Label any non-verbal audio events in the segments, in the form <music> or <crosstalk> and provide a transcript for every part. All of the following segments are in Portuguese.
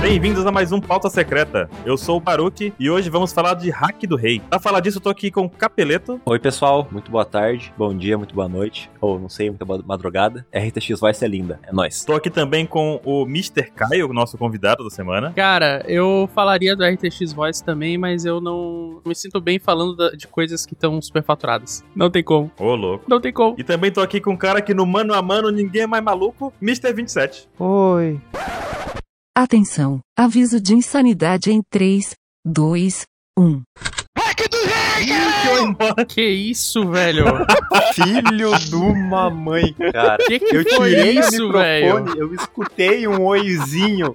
Bem-vindos a mais um Pauta Secreta. Eu sou o Baruque e hoje vamos falar de Hack do Rei. Pra falar disso, eu tô aqui com o Capeleto. Oi, pessoal. Muito boa tarde, bom dia, muito boa noite. Ou não sei, muita boa madrugada. RTX Vice é linda. É nóis. Tô aqui também com o Mr. Caio, o nosso convidado da semana. Cara, eu falaria do RTX Voice também, mas eu não me sinto bem falando da- de coisas que estão superfaturadas. Não tem como. Ô, louco. Não tem como. E também tô aqui com um cara que no mano a mano ninguém é mais maluco, Mr. 27. Oi. Atenção, aviso de insanidade em 3, 2, 1. Que isso, velho? <laughs> Filho de uma mãe, cara. Que que foi isso, velho? eu escutei um oizinho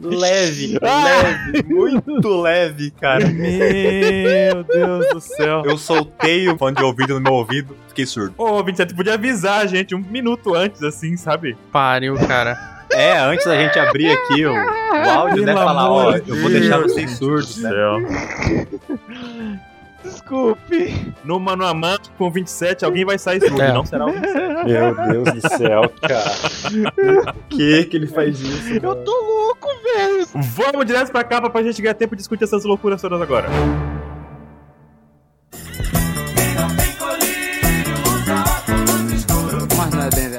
leve, leve, muito leve, cara. Meu Deus do céu. Eu soltei o fone de ouvido no meu ouvido, fiquei surdo. Ô, 27, podia avisar a gente um minuto antes, assim, sabe? Pariu, cara. É, antes da gente abrir aqui o, o áudio, né, Pelo falar, amor ó, de eu vou deixar Deus. vocês surdos, né? Céu. Desculpe. No mano a mano com o 27, alguém vai sair surdo, É. não será o Meu Deus do céu, cara. Por que que ele faz isso? Eu tô louco, velho. Vamos direto pra capa pra gente ganhar tempo de discutir essas loucuras todas agora.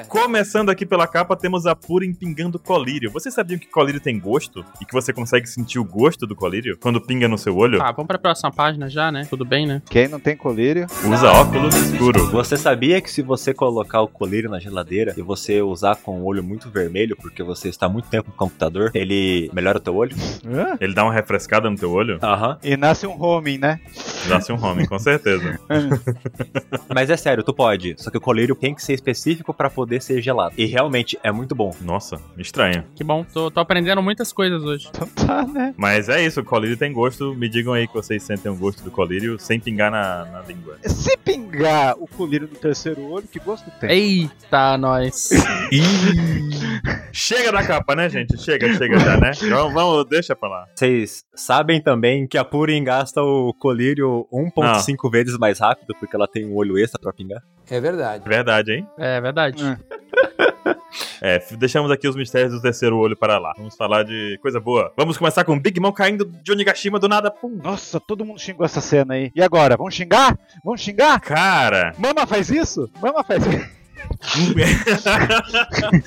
Começando aqui pela capa, temos a Pura empingando colírio. Vocês sabiam que colírio tem gosto? E que você consegue sentir o gosto do colírio quando pinga no seu olho? Tá, vamos pra próxima página já, né? Tudo bem, né? Quem não tem colírio? Usa óculos escuro. Você sabia que se você colocar o colírio na geladeira e você usar com o olho muito vermelho, porque você está muito tempo no computador, ele melhora o teu olho? Hã? Ele dá uma refrescada no teu olho? Aham. E nasce um homem, né? Dá-se um homem, com certeza. Mas é sério, tu pode. Só que o colírio tem que ser específico pra poder ser gelado. E realmente é muito bom. Nossa, estranho. Que bom. Tô, tô aprendendo muitas coisas hoje. Então tá, né? Mas é isso, o colírio tem gosto. Me digam aí que vocês sentem o gosto do colírio sem pingar na, na língua. Se pingar o colírio no terceiro olho, que gosto tem? Eita, nós. Chega da capa, né, gente? Chega, chega já, né? Vamos, vamos deixa pra lá. Vocês sabem também que a Purim gasta o colírio 1.5 vezes mais rápido, porque ela tem um olho extra pra pingar. É verdade. Verdade, hein? É verdade. É. É, f- deixamos aqui os mistérios do terceiro olho para lá. Vamos falar de coisa boa. Vamos começar com Big Mom caindo de Onigashima do nada. Pum. Nossa, todo mundo xingou essa cena aí. E agora? Vamos xingar? Vamos xingar? Cara! <laughs> Mama faz isso? Mama faz isso? <laughs>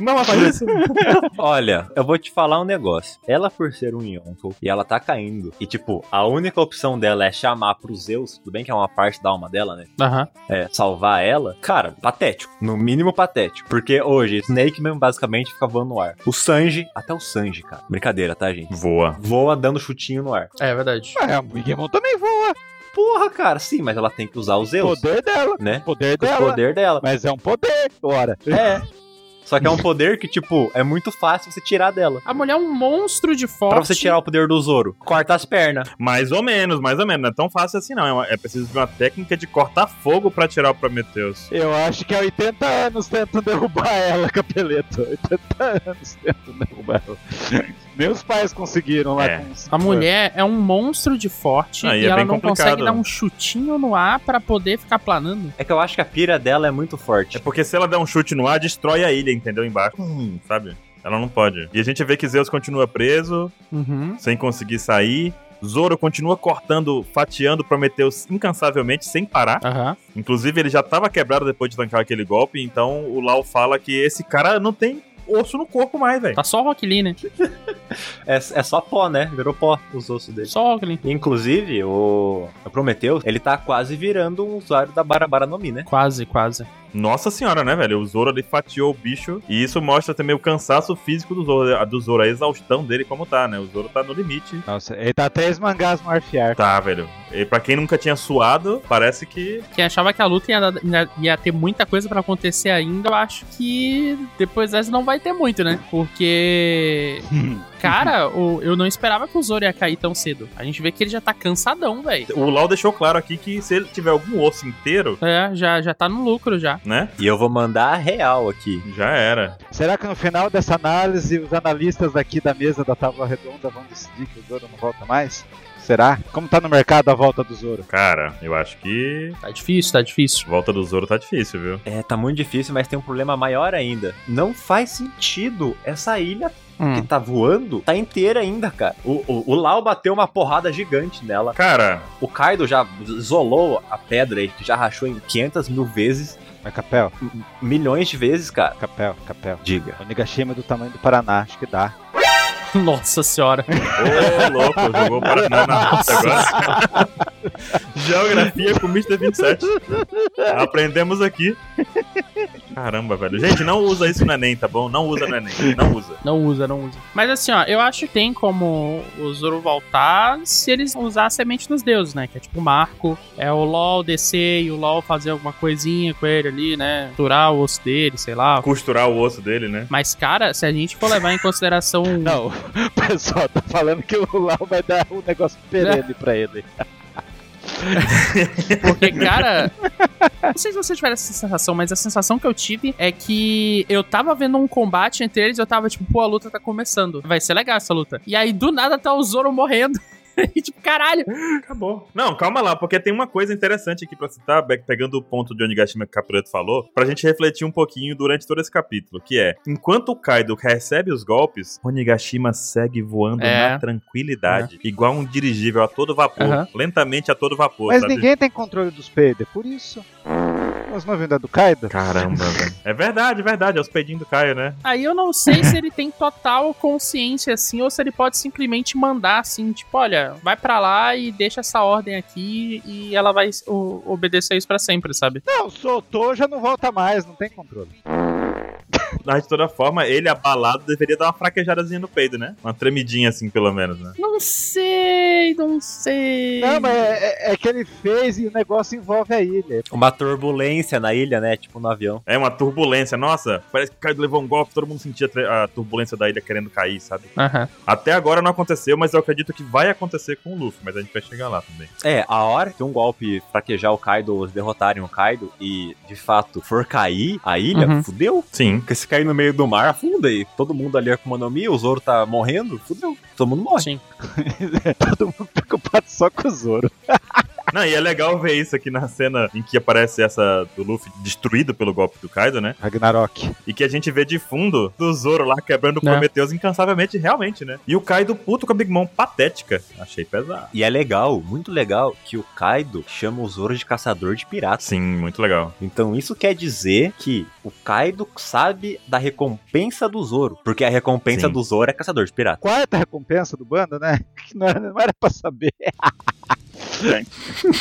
Mama faz isso? <laughs> Olha, eu vou te falar um negócio. Ela, por ser um Yonko, e ela tá caindo, e tipo, a única opção dela é chamar pro Zeus, tudo bem que é uma parte da alma dela, né? Aham. é, salvar ela, cara, patético. No mínimo patético. Porque hoje, Snake mesmo basicamente fica voando no ar. O Sanji, até o Sanji, cara. Brincadeira, tá, gente? Voa. Voa dando chutinho no ar. É verdade. É, a Bigmon também voa. Porra, cara, sim, mas ela tem que usar o Zeus, Poder dela. né? Poder O dela. poder dela. Mas é um poder, ora. É. Só que é um poder que, tipo, é muito fácil você tirar dela. A mulher é um monstro de forte. Pra você tirar o poder do Zoro, corta as pernas. Mais ou menos, mais ou menos. Não é tão fácil assim, não. É, uma- é preciso de uma técnica de cortar fogo pra tirar o Prometheus. Eu acho que há 80 anos tentam derrubar ela, capeleto. 80 anos tentam derrubar ela. Meus pais conseguiram lá É. com cinco A mulher é um monstro de forte Ah, e e é ela bem não complicado. consegue dar um chutinho no ar pra poder ficar planando. É que eu acho que a pira dela é muito É forte. porque se ela der um chute no ar, destrói a ilha, entendeu? Embaixo. Hum, sabe? Ela não pode. E a gente vê que Zeus continua preso, Uhum. sem conseguir sair. Zoro continua cortando, fatiando Prometheus incansavelmente, sem parar. Aham. Inclusive, ele já tava quebrado depois de tancar aquele golpe, então o Lau fala que esse cara não tem osso no corpo mais, velho. Tá só o Rock Lee, né? É, é só pó, né? Virou pó os ossos dele. Só o Rock Lee. Inclusive, o o Prometheus, ele tá quase virando um usuário da Barabara no Mi, né? Quase, quase. Nossa senhora, né, velho? O Zoro ali fatiou o bicho, e isso mostra também o cansaço físico do Zoro, a- do Zoro, a exaustão dele como tá, né? O Zoro tá no limite. Nossa, ele tá até esmangado no arfiar. Tá, velho. E pra quem nunca tinha suado, parece que Quem achava que a luta ia, dar- ia- ia ter muita coisa pra acontecer ainda, eu acho que depois dessa não vai ter muito, né? Porque. Cara, o- eu não esperava que o Zoro ia cair tão cedo. A gente vê que ele já tá cansadão, velho. o Lau deixou claro aqui que se ele tiver algum osso inteiro, É, já, já tá no lucro já. né? E eu vou mandar a real aqui. Já era. Será que no final dessa análise os analistas aqui da mesa da tábua redonda vão decidir que o Zoro não volta mais? Será? Como tá no mercado a volta do Zoro? Cara, eu acho que Tá difícil, tá difícil. volta do Zoro tá difícil, viu? É, tá muito difícil, mas tem um problema maior ainda. Não faz sentido essa ilha que tá voando, tá inteira ainda, cara. O, o, o Lau bateu uma porrada gigante nela. Cara, O Kaido já isolou a pedra aí, que já rachou em 500 mil vezes, Mas É capel, m- milhões de vezes, cara. capel, capel. Diga. O Nigashima é do tamanho do Paraná, acho que dá. <laughs> Nossa senhora. ô louco, jogou o Paraná na roça agora. Geografia com é Mr. 27. Aprendemos aqui. Caramba, velho. Gente, não usa isso no Enem, tá bom? Não usa no Enem. Não usa. Não usa, não usa. Mas assim, ó, eu acho que tem como o Zoro voltar se eles usar a semente dos deuses, né? Que é tipo o Marco, é o LOL descer e o LOL fazer alguma coisinha com ele ali, né? Turar o osso dele, sei lá. Costurar o osso dele, né? Mas, cara, se a gente for levar em <laughs> consideração. Não, <laughs> o pessoal tá falando que o Lau vai dar um negócio perene pra ele. Porque, cara. Não sei se vocês tiveram essa sensação, mas a sensação que eu tive é que eu tava vendo um combate entre eles e eu tava tipo, pô, a luta tá começando. Vai ser legal essa luta. E aí, do nada, tá o Zoro morrendo. <laughs> E tipo, caralho. Acabou. Não, calma lá, porque tem uma coisa interessante aqui pra citar, Beck, pegando o ponto de Onigashima que o Capuleto falou, pra gente refletir um pouquinho durante todo esse capítulo, que é, enquanto o Kaido recebe os golpes, Onigashima segue voando É. na tranquilidade, igual um dirigível a todo vapor, Aham. lentamente a todo vapor, Mas sabe? ninguém tem controle dos peidos, é por isso. Mas não viu da do Kaido? Caramba, velho. É verdade, verdade, é os peidinhos do Caio, né? Aí eu não sei se ele tem total consciência assim, ou se ele pode simplesmente mandar assim, tipo, olha, vai pra lá e deixa essa ordem aqui e ela vai o- obedecer isso pra sempre, sabe? Não, soltou, já não volta mais, não tem controle. Mas de toda forma, ele abalado deveria dar uma fraquejadazinha no peido, né? Uma tremidinha assim, pelo menos, né? Não sei, não sei. Não, mas é, é- é que ele fez e o negócio envolve a ilha. Uma turbulência na ilha, né? Tipo no avião. É uma turbulência, nossa, parece que o Kaido levou um golpe, todo mundo sentia a tre- a turbulência da ilha querendo cair, sabe? Aham. Até agora não aconteceu, mas eu acredito que vai acontecer com o Luffy, mas a gente vai chegar lá também. É, a hora que um golpe fraquejar o Kaido, ou eles derrotarem o Kaido e, de fato, for cair a ilha, Uhum. fudeu. Sim. Porque se cair no meio do mar, afunda e todo mundo ali é com Manomi, o Zoro tá morrendo, fudeu. Todo mundo morre. Sim. Todo mundo preocupado só com o Zoro. Não, e é legal ver isso aqui na cena em que aparece essa do Luffy destruído pelo golpe do Kaido, né? Ragnarok. E que a gente vê de fundo do Zoro lá quebrando o Né. Prometheus incansavelmente, realmente, né? E o Kaido puto com a Big Mom patética. Achei pesado. E é legal, muito legal, que o Kaido chama o Zoro de caçador de piratas. Sim, muito legal. Então isso quer dizer que o Kaido sabe da recompensa do Zoro. Porque a recompensa Sim. do Zoro é caçador de pirata. Quarta recompensa do bando, né? Que não era, não era pra saber. <laughs>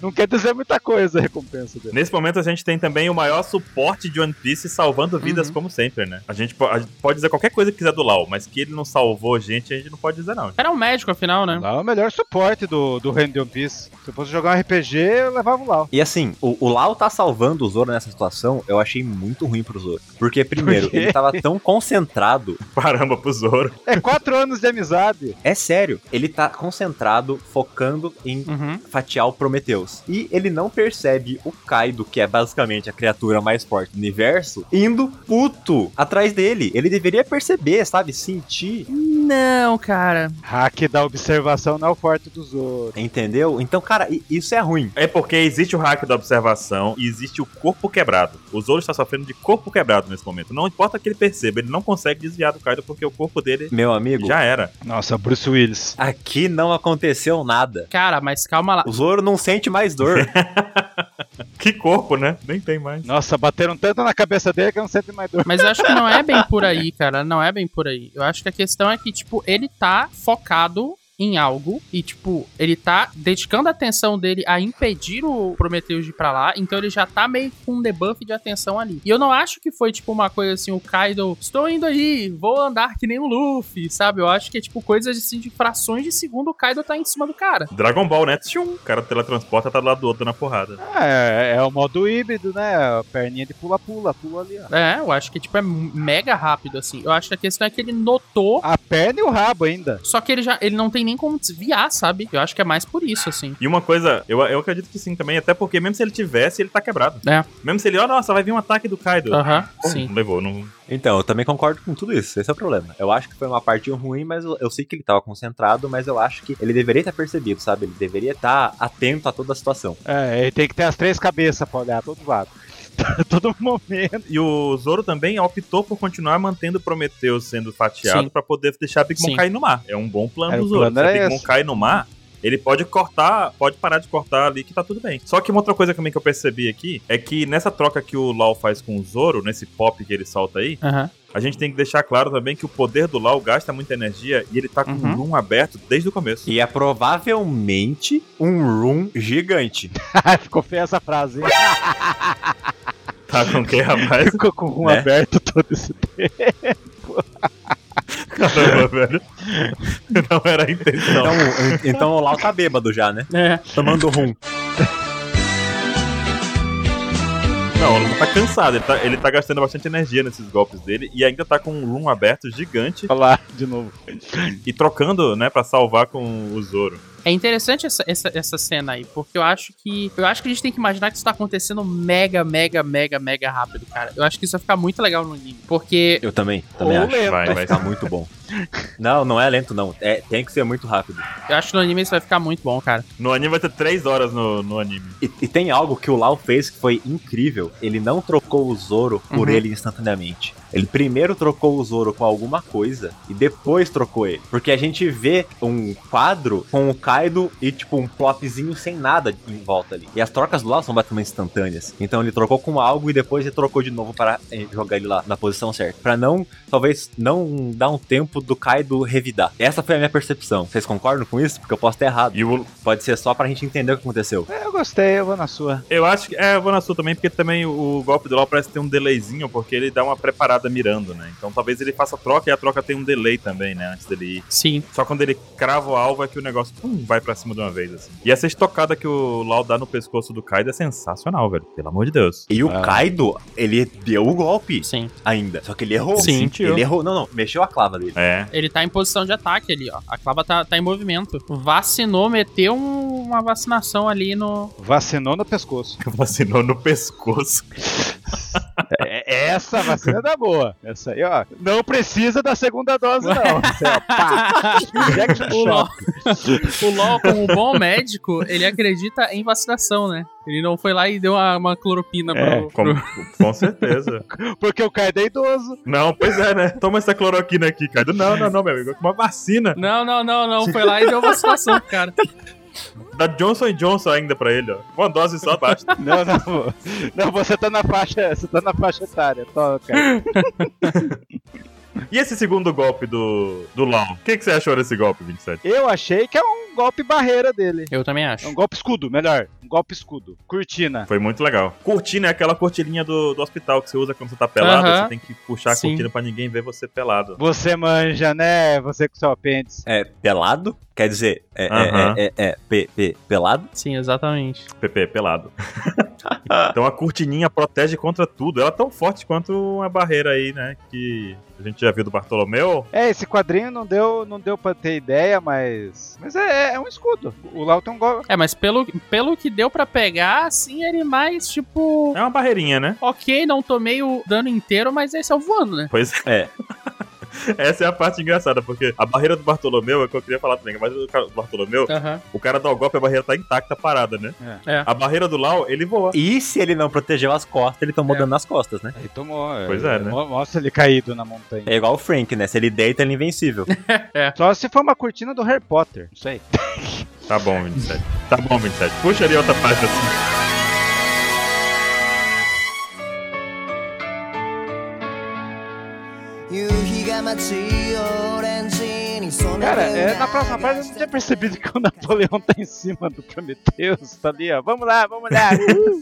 não quer dizer muita coisa a recompensa dele. Nesse momento a gente tem também o maior suporte de One Piece salvando vidas, Uhum. como sempre, né? A gente, po- a gente pode dizer qualquer coisa que quiser do Lau, mas que ele não salvou gente, a gente não pode dizer, não. <laughs> Era um médico, afinal, né? Lá é o melhor suporte do, do reino de One Piece. Se eu fosse jogar um RPG, eu levava o Lau. E assim, o, o Lau tá salvando o Zoro nessa situação, eu achei muito ruim pro Zoro. Porque, primeiro, quê? ele tava tão concentrado Caramba, pro Zoro. É quatro anos de amizade. É sério, ele tá concentrado, focando em Uhum. fatiar o Prometheus. E ele não percebe o Kaido, que é basicamente a criatura mais forte do universo, indo puto atrás dele. Ele deveria perceber, sabe? Sentir. Não, cara. Hack da observação não é o forte do Zoro. Entendeu? Então, cara, i- isso é ruim. É porque existe o hack da observação e existe o corpo quebrado. O Zoro está sofrendo de corpo quebrado nesse momento. Não importa que ele perceba, ele não consegue desviar do Kaido porque o corpo dele Meu amigo, já era. Nossa, Bruce Willis. aqui não aconteceu nada. Cara, mas calma lá. O Zoro não sente mais dor. Que corpo, né? Nem tem mais. Nossa, bateram tanto na cabeça dele que eu não sente mais dor. Mas eu acho que não é bem por aí, cara. Não é bem por aí. Eu acho que a questão é que, tipo, ele tá focado em algo e, tipo, ele tá dedicando a atenção dele a impedir o Prometheus de ir pra lá, então ele já tá meio com um debuff de atenção ali. E eu não acho que foi, tipo, uma coisa assim, o Kaido, estou indo aí, vou andar que nem o Luffy, sabe? Eu acho que é, tipo, coisas assim, de frações de segundo o Kaido tá em cima do cara. Dragon Ball, né? Tchum, o cara teletransporta, tá do lado do outro na porrada. Ah, É, é o modo híbrido, né? Perninha de pula-pula, pula ali, ó. É, eu acho que, tipo, é mega rápido, assim. Eu acho que a questão é que ele notou A perna e o rabo ainda. Só que ele já ele não tem nem como desviar, sabe? Eu acho que é mais por isso, assim. E uma coisa, eu, eu acredito que sim também, até porque mesmo se ele tivesse, ele tá quebrado. É. Mesmo se ele, ó, nossa, vai vir um ataque do Kaido. Aham, Pô, sim. Não levou, não. Então, eu também concordo com tudo isso. Esse é o problema. Eu acho que foi uma partida ruim, mas eu, eu sei que ele tava concentrado, mas eu acho que ele deveria ter percebido, sabe? Ele deveria estar atento a toda a situação. É, ele tem que ter as três cabeças pra olhar todo lado. <laughs> todo momento. E o Zoro também optou por continuar mantendo Prometeu sendo fatiado Sim. pra poder deixar Big Mom Sim. cair no mar. É um bom plano Era do o Zoro. plano Se a era Big Mom esse. cair no mar, ele pode cortar, pode parar de cortar ali que tá tudo bem. Só que uma outra coisa também que eu percebi aqui é que nessa troca que o Lau faz com o Zoro, nesse pop que ele solta aí, Aham. a gente tem que deixar claro também que o poder do Lau gasta muita energia e ele tá com Uhum. o room aberto desde o começo. E é provavelmente um room gigante. <laughs> Ficou feia essa frase, hein? Tá com quem, <laughs> rapaz? Ficou com o rum Né? aberto todo esse tempo. Caramba, velho. Não era a intenção. Então, en- então o Lau tá bêbado já, né? É. Tomando rum. Não, o Lula tá cansado, ele tá, ele tá gastando bastante energia nesses golpes dele e ainda tá com um room aberto gigante Olha lá, de novo. e trocando, né, pra salvar com o Zoro. É interessante essa, essa, essa cena aí, porque eu acho que. Eu acho que a gente tem que imaginar que isso tá acontecendo mega, mega, mega, mega rápido, cara. Eu acho que isso vai ficar muito legal no anime. Porque. Eu também, também Ou acho. lento. Vai, vai. Vai ficar muito bom. Não, não é lento, não. É, tem que ser muito rápido. Eu acho que no anime isso vai ficar muito bom, cara. No anime vai ter três horas no, no anime. E, e tem algo que o Lau fez que foi incrível. Ele não trocou o Zoro por Uhum. ele instantaneamente. Ele primeiro trocou o Zoro com alguma coisa e depois trocou ele. Porque a gente vê um quadro com o Kaido e, tipo, um plopzinho sem nada em volta ali. E as trocas do Lau são basicamente instantâneas. Então ele trocou com algo e depois ele trocou de novo para eh, jogar ele lá na posição certa. Pra não, talvez, não dar um tempo do Kaido revidar. Essa foi a minha percepção. Vocês concordam com isso? Porque eu posso estar errado. E o, Pode ser só pra gente entender o que aconteceu. É, eu gostei, eu vou na sua. eu acho que. É, eu vou na sua também, porque também o, o golpe do LOL parece ter um delayzinho, porque ele dá uma preparada mirando, né? Então talvez ele faça a troca e a troca tem um delay também, né? Antes dele ir. Sim. Só quando ele crava o alvo é que o negócio pum, vai pra cima de uma vez, assim. E essa estocada que o Lau dá no pescoço do Kaido é sensacional, velho. Pelo amor de Deus. E o Ah. Kaido, ele deu o golpe Sim. ainda. Só que ele errou. Sim. Sentiu. Ele errou. Não, não. Mexeu a clava dele. É, <laughs> Ele tá em posição de ataque ali, ó. A clava tá, tá em movimento. Vacinou, meteu um- uma vacinação ali no. Vacinou no pescoço. vacinou no pescoço. É, essa vacina da boa. Essa aí, ó. Não precisa da segunda dose, <laughs> não. Você, ó, pá, <laughs> injection O LOL, shot. o LOL, como um bom médico, ele acredita em vacinação, né? Ele não foi lá e deu uma, uma cloropina É, pro, Com, pro- com certeza. Porque o Kaido é idoso. Não, pois é, né? Toma essa cloroquina aqui, Kaido. Não, não, não, meu amigo. Uma vacina Não, não, não, não. Foi lá e deu vacinação, pro cara. da Johnson Johnson ainda pra ele, ó. Uma dose só basta. Não, não. Não, você tá na faixa. Você tá na faixa etária. tá, Toma, cara. E esse segundo golpe do, do Lau? O que, que você achou desse golpe, 27? Eu achei que é um golpe barreira dele. Eu também É acho. um golpe escudo, melhor. Um golpe escudo. Cortina. Foi muito legal. Cortina é aquela cortilinha do, do hospital que você usa quando você tá pelado. Aham. Você tem que puxar a Sim. cortina pra ninguém ver você pelado. Você manja, né? Você com seu apêndice. É, pelado? Quer dizer, é, Aham. é, é, é, é, pe- pe- pelado? Sim, exatamente. PP, pelado. <laughs> então a cortininha protege contra tudo. Ela é tão forte quanto uma barreira aí, né? Que a gente já viu do Bartolomeu. É, esse quadrinho não deu, não deu pra ter ideia, mas. Mas é, é um escudo. O Lau tem um golpe. É, mas pelo, pelo que deu pra pegar, assim, ele mais, tipo... É uma barreirinha, né? Ok, não tomei o dano inteiro, mas esse é o voando, né? Pois É. <laughs> Essa é a parte engraçada, porque a barreira do Bartolomeu é o que eu queria falar também. Mas o cara- o Bartolomeu, Aham. o cara dá o golpe, a barreira tá intacta, parada, né? É. É. A barreira do Lau, ele voa. E se ele não protegeu as costas, ele tomou É. dano nas costas, né? Aí tomou. Pois é, né? mo- Mostra ele caído na montanha. É igual o Frank, né? Se ele deita, ele é <laughs> invencível. Só se for uma cortina do Harry Potter. Não sei. Tá bom, 27. Tá bom, 27. Puxa ali outra parte assim. Cara, Cara, é, na próxima parte eu não tinha percebido que o Napoleão tá em cima do Prometheus. Tá ali, ó. Vamos lá, vamos <laughs> lá. Uhul.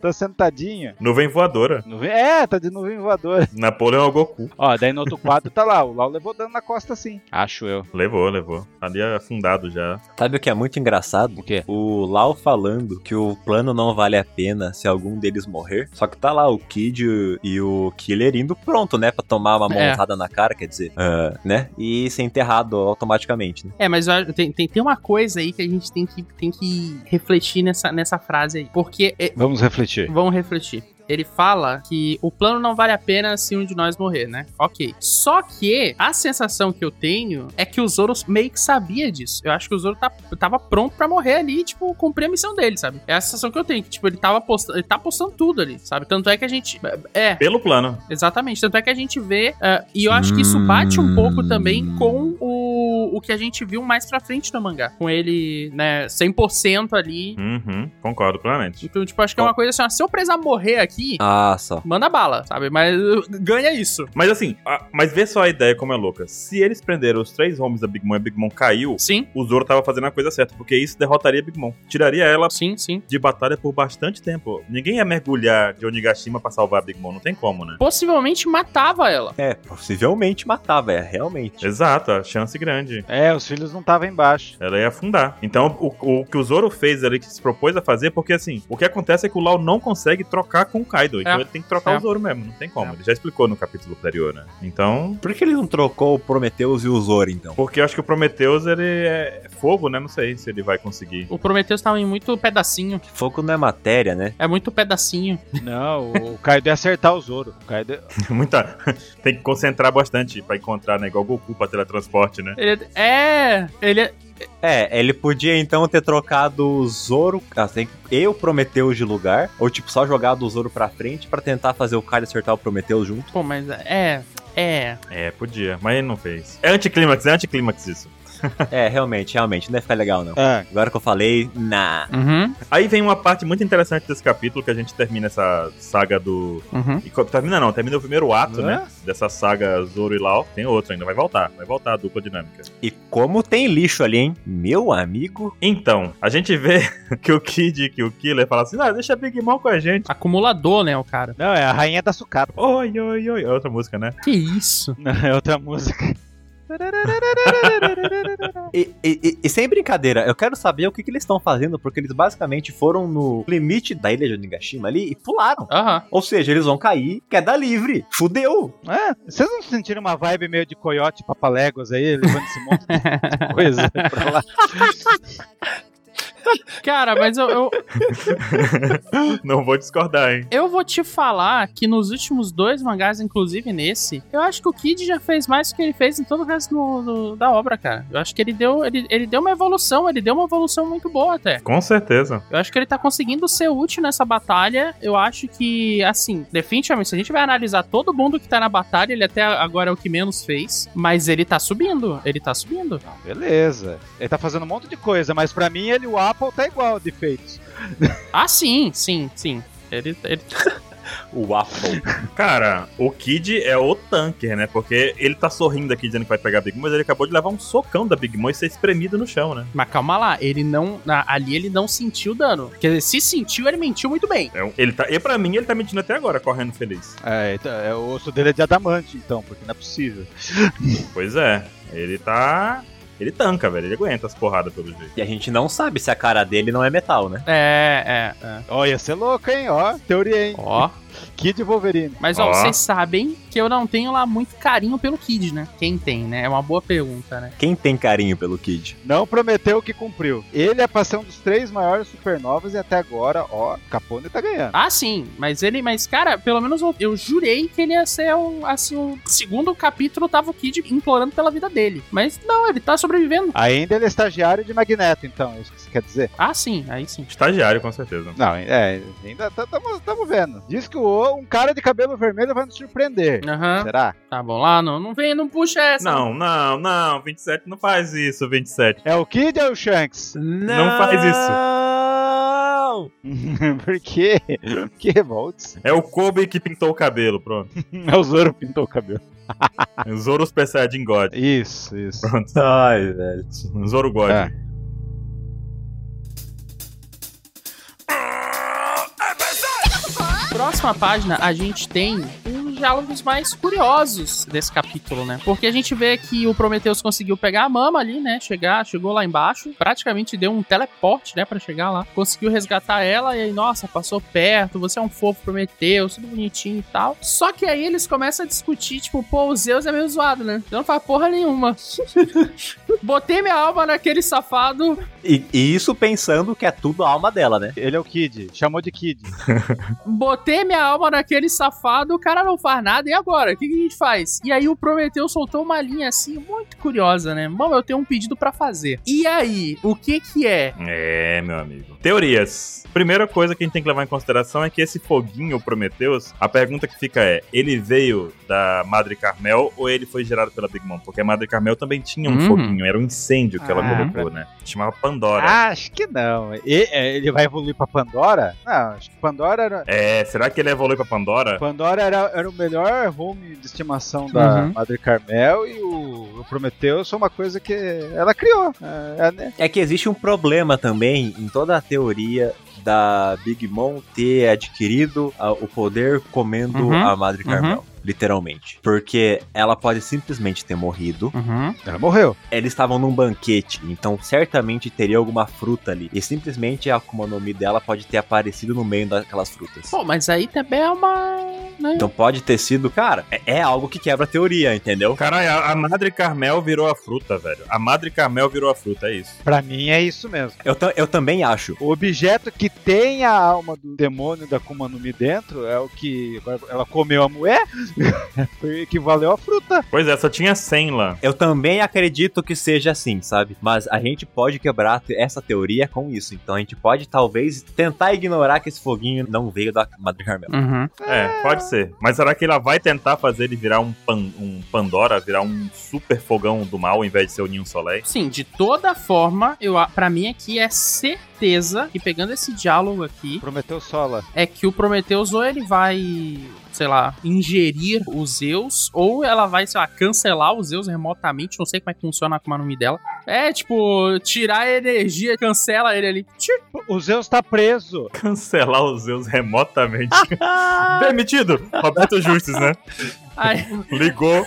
tá sentadinho. Nuvem voadora. Nuvem- É, tá de nuvem voadora. Napoleão é o Goku. Ó, daí no outro quadro tá lá. O Lau levou dano na costa assim. sim. Acho eu. Levou, levou. Ali é afundado já. Sabe o que é muito engraçado? O quê? O Lau falando que o plano não vale a pena se algum deles morrer. Só que tá lá o Kid e o Killer indo pronto, né? Pra tomar uma É. montada na cara, quer dizer, ah, né? E e ser enterrado automaticamente, né? É, mas eu acho- tem, tem, tem uma coisa aí que a gente tem que, tem que refletir nessa, nessa frase aí. Porque é, Vamos refletir. Vamos refletir. Ele fala que o plano não vale a pena se um de nós morrer, né? Ok. Só que a sensação que eu tenho é que o Zoro meio que sabia disso. Eu acho que o Zoro tá- tava pronto pra morrer ali, tipo, cumprir a missão dele, sabe? É a sensação que eu tenho, que, tipo, ele tava postando, ele tá postando tudo ali, sabe? Tanto é que a gente. É, Pelo plano. Exatamente. Tanto é que a gente vê, eh, e eu acho que isso bate um pouco também com o, o que a gente viu mais pra frente no mangá. Com ele, né, 100% ali. Uhum, concordo plenamente. Então, tipo, acho que é uma coisa assim, ó, se eu precisar morrer aqui, Ah, só. manda bala, sabe? Mas uh, ganha isso. Mas assim, a- mas vê só a ideia como é louca. Se eles prenderam os três homens da Big Mom e a Big Mom caiu, Sim, o Zoro tava fazendo a coisa certa, porque isso derrotaria a Big Mom. Tiraria ela sim, sim. de batalha por bastante tempo. Ninguém ia mergulhar de Onigashima pra salvar a Big Mom, não tem como, né? Possivelmente matava ela. É, possivelmente matava, é, realmente. Exato, a chance grande. É, os filhos não estavam embaixo. Ela ia afundar. Então, o, o que o Zoro fez ali, que se propôs a fazer, porque assim, o que acontece é que o Lau não consegue trocar com o Kaido. Então, É. ele tem que trocar É. o Zoro mesmo, não tem como. É. Ele já explicou no capítulo anterior, né? Então, Por que ele não trocou o Prometheus e o Zoro, então? Porque eu acho que o Prometheus, ele é fogo, né? Não sei se ele vai conseguir. <laughs> O Prometheus tava em muito pedacinho. Fogo não é matéria, né? É muito pedacinho. Não, o Kaido ia acertar o Zoro. O Kaido... Muita... <laughs> Tem que concentrar bastante pra encontrar, né? Igual o Goku pra teletransporte, né? Ele é. Ele é. É, ele podia então ter trocado o Zoro, assim, e o Prometheus de lugar, ou tipo, só jogado o Zoro pra frente pra tentar fazer o Kaido acertar o Prometheus junto. Pô, mas é. É. É, podia, mas ele não fez. É anticlímax, é anticlímax isso. <laughs> é, realmente, realmente, não ia ficar legal, não. Ah, Agora que eu falei, nah. Uhum, Aí vem uma parte muito interessante desse capítulo que a gente termina essa saga do. uhum. e co- Termina não, termina o primeiro ato, Hã? né? Dessa saga Zoro e Lau. Tem outro ainda, vai voltar, vai voltar a dupla dinâmica. E como tem lixo ali, hein? Meu amigo. Então, a gente vê <laughs> que o Kid, que o Killer fala assim: ah, deixa a Big Mom com a gente. Acumulador, né, o cara? não, é a rainha da sucata. Oi, oi, oi. É outra música, né? <laughs> Que isso? Não, é outra música. E, e- e- e sem brincadeira, eu quero saber o que, que eles estão fazendo, porque eles basicamente foram no limite da ilha de Onigashima ali e pularam. Aham. Ou seja, eles vão cair, queda livre. Fudeu! É, vocês não sentiram uma vibe meio de coiote papaléguas aí, levando esse monte <laughs> de coisa pra lá? Cara, mas eu, eu, Não vou discordar, hein? eu vou te falar que nos últimos dois mangás, inclusive nesse, eu acho que o Kid já fez mais do que ele fez em todo o resto do- do- da obra, cara. Eu acho que ele deu, ele, ele deu uma evolução, ele deu uma evolução muito boa até. Com certeza. Eu acho que ele tá conseguindo ser útil nessa batalha. Eu acho que, assim, definitivamente, se a gente vai analisar todo mundo que tá na batalha, ele até agora é o que menos fez. Mas ele tá subindo, ele tá subindo. Beleza. Ele tá fazendo um monte de coisa, mas pra mim ele, o Apple tá igual de feitos. Ah, sim, sim, sim. Ele, ele... O Waffle. Cara, o Kid é o tanker, né? Porque ele tá sorrindo aqui dizendo que vai pegar a Big Mom, mas ele acabou de levar um socão da Big Mom e ser espremido no chão, né? Mas calma lá, ele não. na- Ali ele não sentiu dano. Quer dizer, se sentiu, ele mentiu muito bem. É um- ele tá, e pra mim, ele tá mentindo até agora, correndo feliz. É, então, é, o osso dele é de adamante, então, porque não é possível. Pois é, ele tá. Ele tanca, velho. Ele aguenta as porradas pelo jeito. E a gente não sabe se a cara dele não é metal, né? É, é, é. Ó, ia ser louco, hein? Ó, teoria, hein? Ó. Kid Wolverine. Mas ó, Ó. vocês sabem que eu não tenho lá muito carinho pelo Kid, né? Quem tem, né? É uma boa pergunta, né? Quem tem carinho pelo Kid? Não prometeu o que cumpriu. Ele é pra ser um dos três maiores supernovas e até agora, ó, Capone tá ganhando. Ah, sim, mas ele, mas cara, pelo menos eu, eu jurei que ele ia ser um, assim, o segundo capítulo tava o Kid implorando pela vida dele. Mas não, ele tá sobrevivendo. Ainda ele é estagiário de Magneto, então, é isso que você quer dizer? Ah, sim, aí sim. Estagiário, com certeza. Não, é, ainda estamos vendo. Diz que o, um cara de cabelo vermelho vai nos surpreender. Aham, Será? tá bom lá, não, não vem, não puxa essa. Não, não, não. 27 não faz isso, 27. É o Kid ou o Shanks? Não faz isso. <laughs> Por quê? Que revoltes. É o Kobe que pintou o cabelo, pronto. <laughs> É o Zoro pintou o cabelo. Zoro Super Saiyajin God. Isso, isso. Ai, velho. Zoro God. É. Próxima página, a gente tem os diálogos mais curiosos desse capítulo, né? Porque a gente vê que o Prometheus conseguiu pegar a mama ali, né? Chegar, chegou lá embaixo, praticamente deu um teleporte, né, Pra chegar lá. Conseguiu resgatar ela e aí, nossa, passou perto, você é um fofo Prometheus, tudo bonitinho e tal. Só que aí eles começam a discutir, tipo, pô, o Zeus é meio zoado, né? Eu não faz porra nenhuma. <laughs> Botei minha alma naquele safado. E, e isso pensando que é tudo a alma dela, né? Ele é o Kid, chamou de Kid. Botei minha alma naquele safado, o cara não faz nada, e agora? O que, que a gente faz? E aí o Prometeu soltou uma linha assim, muito curiosa, né? Bom, eu tenho um pedido pra fazer. E aí, o que que é? É, meu amigo. Teorias. Primeira coisa que a gente tem que levar em consideração é que esse foguinho Prometheus, a pergunta que fica é: ele veio da Madre Carmel ou ele foi gerado pela Big Mom? Porque a Madre Carmel também tinha um Hum. foguinho, era um incêndio que ela Ah. colocou, né? Chamava Pandora. Acho que não. E- é, ele vai evoluir pra Pandora? Não, acho que Pandora era. É, será que ele evoluiu pra Pandora? Pandora era, era o melhor home de estimação da Uhum. Madre Carmel e o, o Prometeu foi uma coisa que ela criou. É, é, né? É que existe um problema também em toda a teoria da Big Mom ter adquirido a- o poder comendo Uhum, a Madre uhum. Carmel. Literalmente. Porque ela pode simplesmente ter morrido. Uhum. Ela morreu. Eles estavam num banquete, então certamente teria alguma fruta ali. E simplesmente a Akuma no Mi dela pode ter aparecido no meio daquelas frutas. Pô, mas aí também é uma. Né? Então pode ter sido, cara, é- é algo que quebra a teoria, entendeu? Caralho, a- a Madre Carmel virou a fruta, velho. A Madre Carmel virou a fruta, é isso. Pra mim é isso mesmo. Eu, ta- eu também acho. O objeto que tem a alma do demônio da Kuma no Mi dentro é o que ela comeu a <laughs> moé, foi equivaleu à fruta. Pois é, só tinha 100 lá. Eu também acredito que seja assim, sabe? Mas a gente pode quebrar te- essa teoria com isso. Então a gente pode talvez tentar ignorar que esse foguinho não veio da Madre Carmel. Uhum. É, pode ser. Mas será que ela vai tentar fazer ele virar um, pan- um Pandora, virar um super fogão do mal, ao invés de ser o Ninho Soleil? Sim, de toda forma, eu a- pra mim aqui é certeza que pegando esse diálogo aqui, Prometeu sola. é que o Prometheus ou ele vai, sei lá, ingerir os Zeus, ou ela vai, sei lá, cancelar os Zeus remotamente, não sei como é que funciona com o nome dela. É, tipo, tirar a energia, cancela ele ali. Tchim. O Zeus tá preso. Cancelar os Zeus remotamente. Ah! Demitido! Roberto Justus, né? Aí, <laughs> Ligou.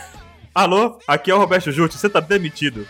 Alô, aqui é o Roberto Justus, você tá demitido.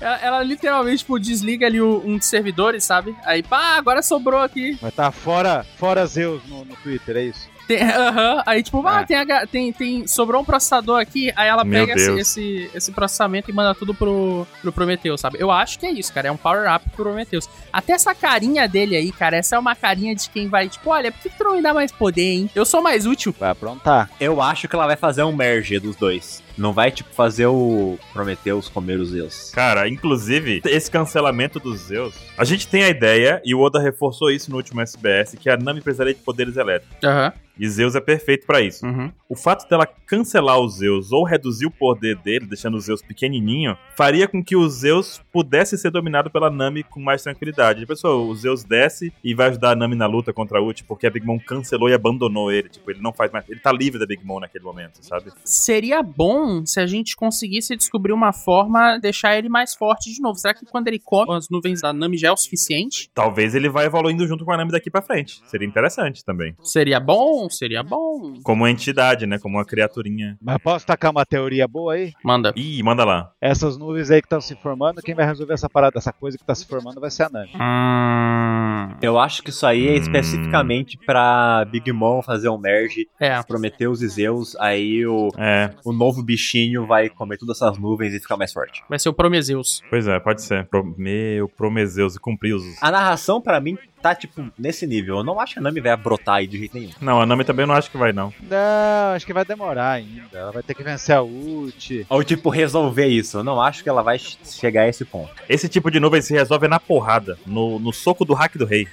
ela, ela literalmente, tipo, desliga ali o- um dos servidores, sabe? Aí, pá, agora sobrou aqui. Vai tá fora, fora Zeus no, no Twitter, é isso? Tem- <laughs> aham. Aí, tipo, ah, É. tem, H- tem, tem- sobrou um processador aqui, aí ela Meu pega esse, Deus. esse, esse processamento e manda tudo pro, pro Prometheus, sabe? Eu acho que é isso, cara. É um power-up pro Prometheus. Até essa carinha dele aí, cara, essa é uma carinha de quem vai, tipo, olha, por que que tu não me dá mais poder, hein? Eu sou mais útil. Vai aprontar. Eu acho que ela vai fazer um merge dos dois. Não vai, tipo, fazer o Prometheus comer os Zeus. Cara, inclusive, esse cancelamento dos Zeus. A gente tem a ideia, e o Oda reforçou isso no último SBS, que a Nami precisaria de poderes elétricos. Aham. E Zeus é perfeito pra isso. Uhum. O fato dela cancelar os Zeus ou reduzir o poder dele, deixando os Zeus pequenininho, faria com que os Zeus pudesse ser dominado pela Nami com mais tranquilidade. A pessoa, o Zeus desce e vai ajudar a Nami na luta contra a Uchi, porque a Big Mom cancelou e abandonou ele. Tipo, ele não faz mais. Ele tá livre da Big Mom naquele momento, sabe? Seria bom se a gente conseguisse descobrir uma forma de deixar ele mais forte de novo. Será que quando ele come as nuvens da Nami já é o suficiente? Talvez ele vá evoluindo junto com a Nami daqui pra frente. Seria interessante também. Seria bom, seria bom. Como entidade, né? Como uma criaturinha. Mas posso tacar uma teoria boa aí? Manda. Ih, manda lá. Essas nuvens aí que estão se formando, quem vai resolver essa parada, essa coisa que tá se formando vai ser a Nami. Hum, Eu acho que isso aí é Hum. especificamente pra Big Mom fazer um merge, é. Prometheus e Zeus, aí o, É, o novo bichinho vai comer todas essas nuvens e ficar mais forte. Vai ser o Prometheus. pois é, pode ser. Pro- meu, Prometheus, cumpriu os. A narração, pra mim, tá, tipo, nesse nível. Eu não acho que a Nami vai brotar aí de jeito nenhum. Não, a Nami também não acho que vai, não. Não, acho que vai demorar ainda. Ela vai ter que vencer a Uchi. Ou, tipo, resolver isso. Eu não acho que ela vai che- chegar a esse ponto. <laughs> Esse tipo de nuvem se resolve na porrada, no, no soco do hack do rei.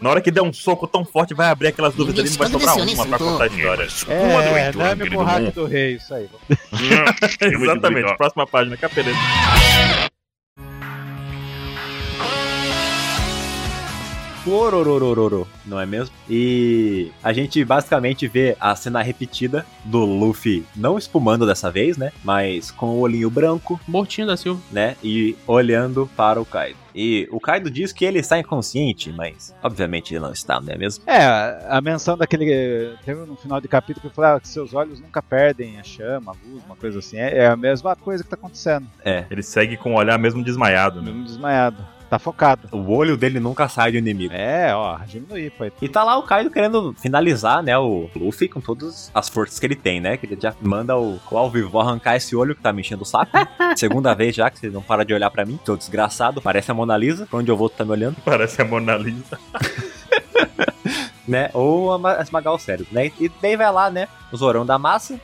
na hora que der um soco tão forte, vai abrir aquelas nuvens ali, não um, vai sobrar uma pra contar a história. <laughs> Tipo É, Nami com o hack do rei, isso aí. Exatamente, próxima página, capeleta. Porororororo, não é mesmo? E a gente basicamente vê a cena repetida do Luffy não espumando dessa vez, né? Mas com o olhinho branco, Mortinho da Silva. né? E olhando para o Kaido. E o Kaido diz que ele está inconsciente, mas obviamente ele não está, não é mesmo? É, a- a menção daquele. Teve no final de capítulo que eu falei ah, que seus olhos nunca perdem a chama, a luz, uma coisa assim. É, é a mesma coisa que tá acontecendo. Ele segue com o olhar mesmo desmaiado, né? <laughs> Mesmo desmaiado. Tá focado. O olho dele nunca sai do inimigo. né? É, ó, diminuir, pô. E tá lá o Kaido querendo finalizar, né, o Luffy com todas as forças que ele tem, né? Que ele já manda o, o Alvivó arrancar esse olho que tá me enchendo o saco. Segunda vez já que você não para de olhar pra mim, tô desgraçado, parece a Mona Lisa, pra onde eu vou tu tá me olhando, Parece a Mona Lisa. né? Ou ama- esmagar o cérebro, né? E daí vai lá, né, o Zorão da Massa,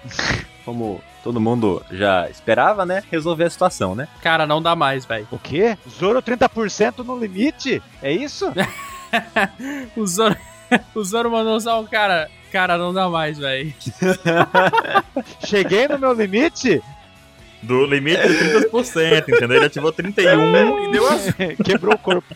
como todo mundo já esperava, né, resolver a situação, né? Cara, não dá mais, velho. O quê? Zoro 30% no limite? É isso? O Zoro. <laughs> O Zoro mandou usar um cara. Cara, não dá mais, velho. Cheguei no meu limite? Do limite de 30%, entendeu? Ele ativou 31 e um deu as... <laughs> Quebrou o corpo.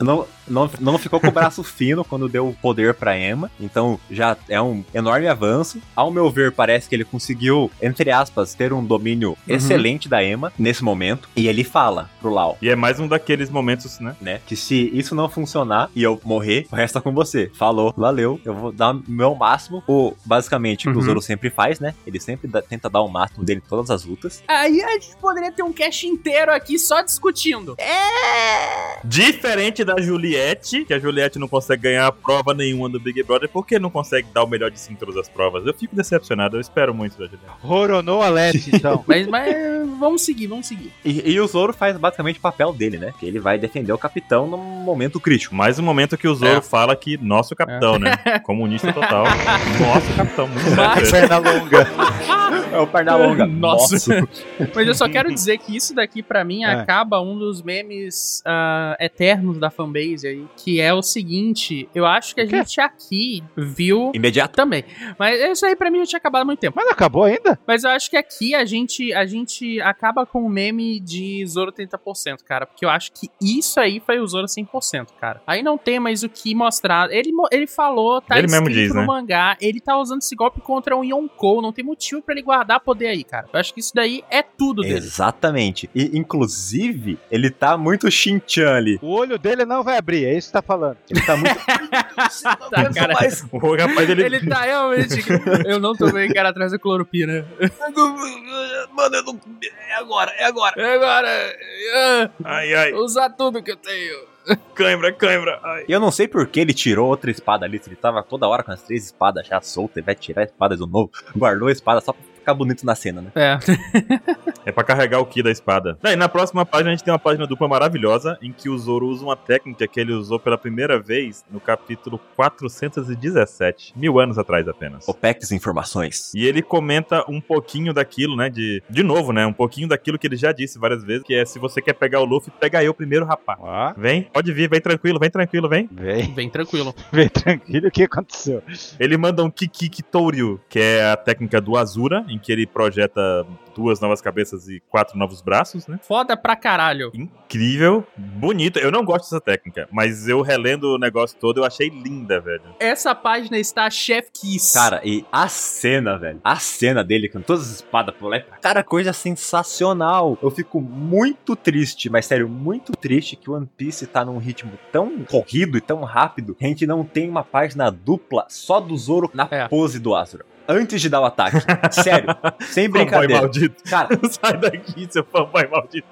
Não, não, não ficou com o braço <laughs> fino quando deu o poder pra Emma, então já é um enorme avanço. Ao meu ver, parece que ele conseguiu, entre aspas, ter um domínio excelente da Emma nesse momento. E ele fala pro Lau, E é mais um daqueles momentos, né? né, que se isso não funcionar e eu morrer, o resto é com você. Falou, valeu, eu vou dar o meu máximo. O, basicamente, o que o Uhum. Zoro sempre faz, né? Ele sempre dá- tenta dar o máximo dele em todas as lutas. Aí a gente poderia ter um cast inteiro aqui só discutindo. Diferente da Juliette, que a Juliette não consegue ganhar prova nenhuma do Big Brother, porque não consegue dar o melhor de si em todas as provas. Eu fico decepcionado, eu espero muito da Juliette. Roronoa Leste, então. Mas, mas vamos seguir, vamos seguir. E, e o Zoro faz basicamente o papel dele, né? Que ele vai defender o capitão num momento crítico. Mais um momento que o Zoro É. fala que nosso capitão, né? Comunista <laughs> total. nosso capitão, muito Mas- sério. Perna longa. É o Pernalonga. Nossa. Mas eu só quero dizer que isso daqui, pra mim, É. acaba um dos memes ah, eternos da fanbase aí, que é o seguinte, eu acho que a O quê? gente aqui viu Imediato. também. Mas isso aí pra mim já tinha acabado há muito tempo. Mas não acabou ainda? Mas eu acho que aqui a gente a gente acaba com o meme de Zoro 30%, cara, porque eu acho que isso aí foi o Zoro 100%, cara. Aí não tem mais o que mostrar. Ele mo- ele falou, tá Ele mesmo escrito diz, no né? mangá, ele tá usando esse golpe contra um Yonkou, não tem motivo pra ele guardar poder aí, cara. Eu acho que isso daí é tudo dele. Exatamente. E, inclusive, ele tá muito Shinchan ali. O olho dele não vai abrir, é isso que tá falando. Ele tá muito. <laughs> <laughs> Tá, cara. O rapaz, ele... Ele tá realmente. Eu não tomei cara atrás né? da cloropina. <laughs> Mano, eu não. É agora, é agora. Agora, Ai, ai, usar tudo que eu tenho. cãibra, cãibra, ai. Eu não sei por que ele tirou outra espada ali. se Ele tava toda hora com as três espadas já soltas. Ele vai tirar a espada do novo. Guardou a espada só pra ficar bonito na cena, né? É. É pra carregar o Ki da espada. Daí, na próxima página, a gente tem uma página dupla maravilhosa, em que o Zoro usa uma técnica que ele usou pela primeira vez no capítulo 417, mil anos atrás apenas. OPEX informações. E ele comenta um pouquinho daquilo, né? De, de novo, né? Um pouquinho daquilo que ele já disse várias vezes, que é se você quer pegar o Luffy, pega eu primeiro, rapaz. Ó, Vem, pode vir, vem tranquilo, vem tranquilo, vem. vem, Bem tranquilo. vem tranquilo o que aconteceu. Ele manda um Kikiki Touryu, que é a técnica do Azura, em que ele projeta duas novas cabeças e quatro novos braços, né? Foda pra caralho. Incrível, bonita. Eu não gosto dessa técnica, mas eu relendo o negócio todo, eu achei linda, velho. Essa página está Chef Kiss. Cara, e a cena, velho. A cena dele com todas as espadas pro lepe. Cara, coisa sensacional. Eu fico muito triste, mas sério, muito triste que One Piece tá num ritmo tão corrido e tão rápido que a gente não tem uma página dupla só do Zoro na É. pose do Azura. Antes de dar o ataque. <laughs> <laughs> Sério, sem Fanboy brincadeira. maldito. <laughs> Cara, Sai daqui, seu fanboy maldito.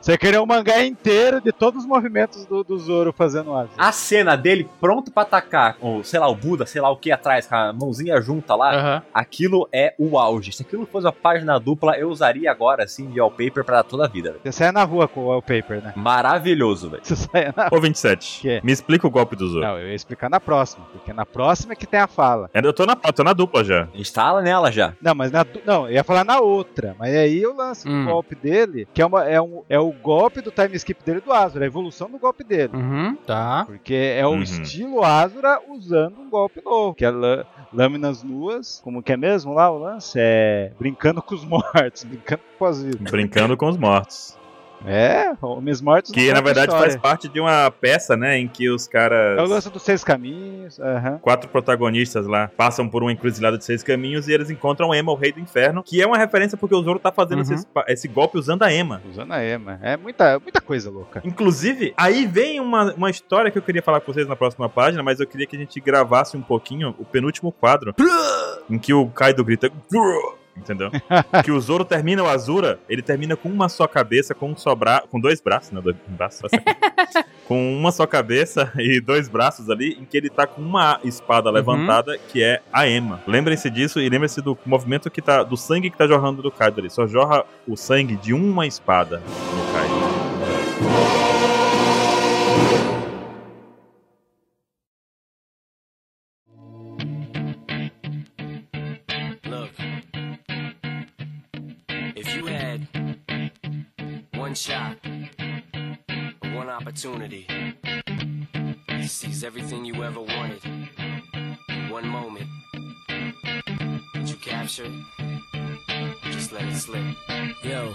Você queria um mangá inteiro de todos os movimentos do, do Zoro fazendo asa. a cena dele pronto pra atacar, ou sei lá, o Buda, sei lá o que atrás, com a mãozinha junta lá. Aham. Aquilo é o auge. Se aquilo fosse uma página dupla, eu usaria agora, assim, de wallpaper pra toda a vida. velho. Você saia na rua com o wallpaper, né? <laughs> Maravilhoso, velho. Você saia Ah, na... Ô, 27, é? Quê? me explica o golpe do Zoro. Não, eu ia explicar na próxima, porque na próxima é que tem a fala. Eu tô na, tô na dupla já. Instala nela já. Não, mas na, du- não, eu ia falar na outra. Mas aí eu lanço Hum. o golpe dele, que é, uma, é, um, é o golpe do time skip dele do Azura, a evolução do golpe dele. Uhum. Tá. Porque é o Uhum. estilo Azura usando um golpe novo, que é lã- lâminas nuas, como que é mesmo <laughs> lá o lance? É brincando com os mortos, brincando com as vidas. Brincando com os mortos. É, Homens Mortos. Que não na conta verdade história. faz parte de uma peça, né? Em que os caras. É o lance dos seis caminhos. aham. quatro protagonistas lá passam por uma encruzilhada de seis caminhos e eles encontram Emma, o rei do inferno, que é uma referência porque o Zoro tá fazendo Uhum. esse, pa- esse golpe usando a Emma. Usando a Ema. É muita, muita coisa louca. <laughs> Inclusive, aí vem uma, uma história que eu queria falar com vocês na próxima página, mas eu queria que a gente gravasse um pouquinho o penúltimo quadro, em que o Kaido grita. Entendeu? que o Zoro termina o Azura, ele termina com uma só cabeça, com um só bra... com dois braços, né? Dois braços, vai sacar. com uma só cabeça <laughs> e dois braços ali, em que ele tá com uma espada levantada, que é a Ema. Lembrem-se disso e lembrem-se do movimento que tá. do sangue que tá jorrando do Kaido ali. Só jorra o sangue de uma espada no Kaido. Look, if you had one shot, one opportunity, to seize everything you ever wanted, in one moment that you captured, just let it slip. Yo,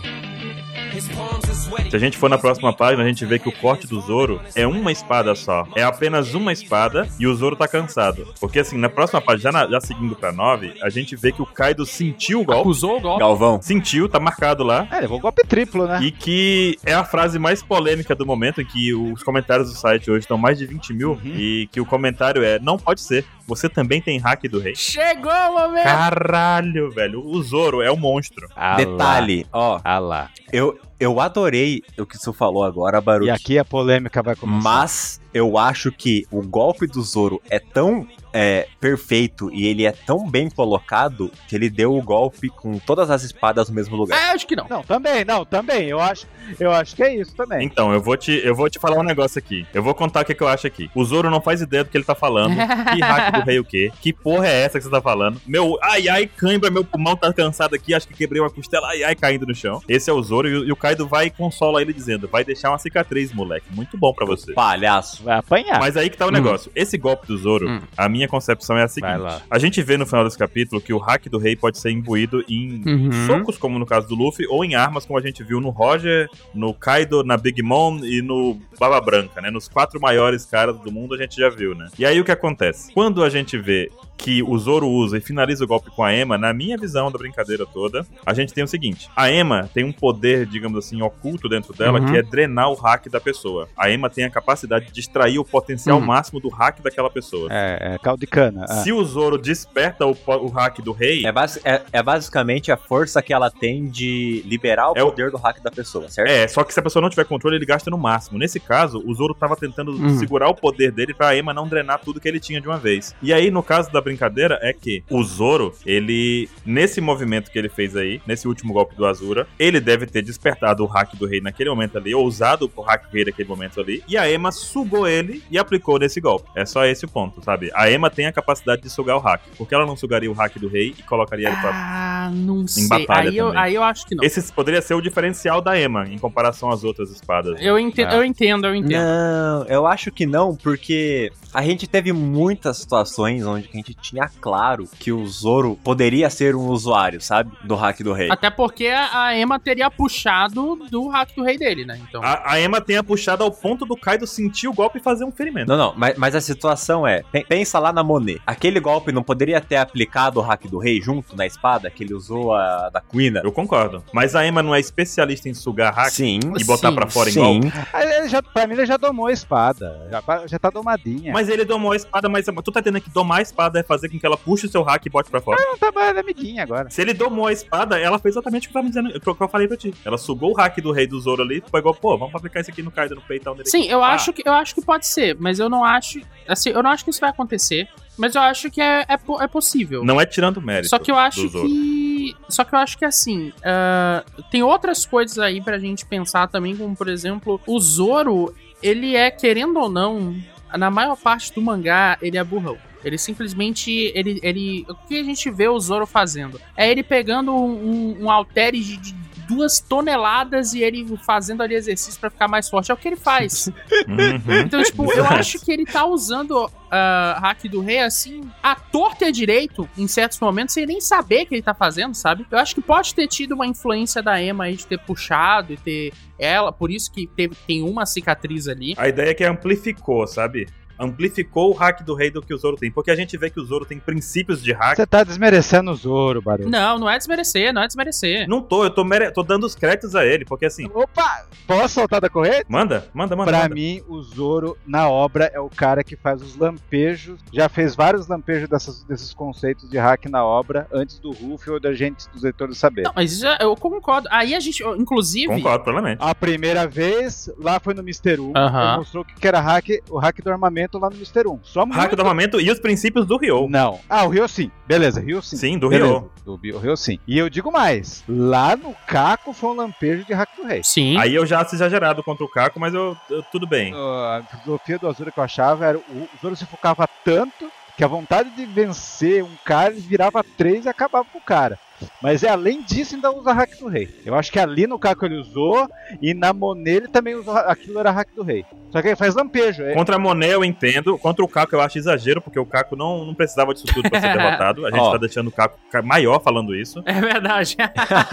his palms are sweaty. Se a gente for na próxima página, a gente vê que o corte do Zoro é uma espada só. É apenas uma espada e o Zoro tá cansado. Porque assim, na próxima página, já, na- já seguindo pra 9, a gente vê que o Kaido sentiu o golpe. Acusou o golpe. Galvão. Sentiu, tá marcado lá. É, levou golpe triplo, né? E que é a frase mais polêmica do momento, em que os comentários do site hoje estão mais de 20 mil. E que o comentário é: não pode ser, você também tem hack do rei. Chegou o momento! Caralho, velho. O Zoro é um monstro. Ah Detalhe, ó, Lá, ah lá. eu, eu adorei o que você falou agora, Baruch. E aqui assim? a polêmica vai começar. Mas eu acho que o golpe do Zoro é tão é, perfeito e ele é tão bem colocado que ele deu o golpe com todas as espadas no mesmo lugar. É, acho <laughs> que não. Não, também, não, também. Eu acho, eu acho que é isso também. Então, eu vou te, eu vou te falar um negócio aqui. Eu vou contar o que, que eu acho aqui. O Zoro não faz ideia do que ele tá falando. Que hack do rei o quê? Que porra é essa que você tá falando? Meu, ai, ai, cãibra, meu pulmão tá cansado aqui, acho que quebrei uma costela, ai, ai, caindo no chão. Esse é o Zoro e, o- e o Kaido vai e consola ele dizendo, vai deixar uma cicatriz, moleque. Muito bom pra você. Palhaço. Vai apanhar. Mas aí que tá o negócio. Esse golpe do Zoro, Hum. a minha concepção é a seguinte. Hum. Vai lá. A gente vê no final desse capítulo que o hack do rei pode ser imbuído em Uhum. socos, como no caso do Luffy, ou em armas, como a gente viu no Roger, no Kaido, na Big Mom e no Baba Branca, né? Nos quatro maiores caras do mundo a gente já viu, né? E aí o que acontece? Quando a gente vê que o Zoro usa e finaliza o golpe com a Emma, na minha visão da brincadeira toda, a gente tem o seguinte: a Emma tem um poder, digamos assim, oculto dentro dela, Uhum. que é drenar o hack da pessoa. A Emma tem a capacidade de distrair o potencial Uhum. máximo do hack daquela pessoa. É, é caldo de cana. ah. Se o Zoro desperta o, po- o hack do rei, É, basi- é- é basicamente a força que ela tem de liberar o É o- poder do hack da pessoa, certo? É, só que se a pessoa não tiver controle, ele gasta no máximo. Nesse caso, o Zoro tava tentando Hum. segurar o poder dele pra Ema não drenar tudo que ele tinha de uma vez. E aí, no caso da brincadeira, é que o Zoro, ele, nesse movimento que ele fez aí, nesse último golpe do Azura, ele deve ter despertado o hack do rei naquele momento ali, ou usado o hack do rei naquele momento ali, e a Ema sugou ele e aplicou nesse golpe. É só esse o ponto, sabe? A Ema tem a capacidade de sugar o hack. Porque ela não sugaria o hack do rei e colocaria ele pra Ah, não sei. batalha Aí eu, também. aí eu acho que não. esse poderia ser o diferencial da Ema em comparação às outras espadas. né? Eu entendo, Ah. eu entendo, eu entendo. Não, eu acho que não, porque a gente teve muitas situações onde a gente tinha claro que o Zoro poderia ser um usuário, sabe? Do hack do rei. Até porque a a Emma teria puxado do hack do rei dele, né? Então. A, a Emma tem a puxada ao ponto do Kaido sentir o golpe e fazer um ferimento. Não, não, mas, mas a situação é, pe- pensa lá na Monet. Aquele golpe não poderia ter aplicado o hack do rei junto na espada que ele usou a da Quina? Eu concordo. Mas a Emma não é especialista em sugar hack Sim. e botar Sim, pra <laughs> fora em Sim. golpe. Aí ele já, pra mim, ele já domou a espada. Já, já tá domadinha. Mas ele domou a espada, mas tu tá entendendo que domar a espada é fazer com que ela puxe o seu hack e bote pra fora. Ah. não tá mais amiguinha agora. Se ele domou a espada, ela fez exatamente o que eu, tava dizendo, o que eu falei pra ti. Ela sugou o hack do rei do Zoro ali, pegou, pô, vamos aplicar isso aqui no Kaido no peitão dele. Sim, eu Ah. acho que eu acho que pode ser, mas eu não acho, assim, eu não acho que isso vai acontecer, mas eu acho que é, é, po- é possível. Não é tirando mérito. Só que eu acho do Zoro. que. Só que eu acho que assim. ah, tem outras coisas aí pra gente pensar também, como por exemplo, o Zoro, ele é, querendo ou não, na maior parte do mangá, ele é burrão. Ele simplesmente. Ele, ele, o que a gente vê o Zoro fazendo? É ele pegando um, um, um halter de, de- duas toneladas e ele fazendo ali exercício pra ficar mais forte. É o que ele faz. Uhum. Então, tipo, eu Exato. acho que ele tá usando ah, hack do rei assim, à torta e à direito, em certos momentos, sem nem saber o que ele tá fazendo, sabe? Eu acho que pode ter tido uma influência da Emma aí de ter puxado e ter ela, por isso que teve, tem uma cicatriz ali. A ideia é que amplificou, sabe? Amplificou o hack do rei do que o Zoro tem. Porque a gente vê que o Zoro tem princípios de hack. Você tá desmerecendo o Zoro, Barulho. Não, não é desmerecer, não é desmerecer. Não tô, eu tô, mere... tô dando os créditos a ele, porque assim. Opa! Posso soltar da corrente? Manda, manda, manda. Pra manda. mim, o Zoro na obra é o cara que faz os lampejos. Já fez vários lampejos dessas- desses conceitos de hack na obra antes do Ruff ou da gente dos leitores saber. Não, mas isso é- eu concordo. Aí a gente, eu, inclusive. Concordo, plenamente. A primeira vez, lá foi no Mr. 1, Aham. ele mostrou que era hack, o hack do armamento lá no Mr. 1. Só um Hack do armamento e os princípios do Ryo. Não. Ah, o Rio sim. Beleza, Rio sim. Sim, do Beleza, Ryo. Do Bi- o Rio sim. E eu digo mais, lá no Caco foi um lampejo de hack do rei. Sim. Aí eu já acho exagerado contra o Caco, mas eu, eu- tudo bem. A filosofia do Azura que eu achava era o o Zoro se focava tanto que a vontade de vencer um cara ele virava três e acabava com o cara. Mas é além disso ainda usa hack do rei. Eu acho que ali no Caco ele usou e na Monet ele também usou aquilo era hack do rei. Só que ele faz lampejo. é- Contra a Monet eu entendo, contra o Caco eu acho exagero, porque o Caco não, não precisava disso tudo pra ser <laughs> derrotado. A gente Ó. tá deixando o Caco ca- maior falando isso. É verdade. <laughs>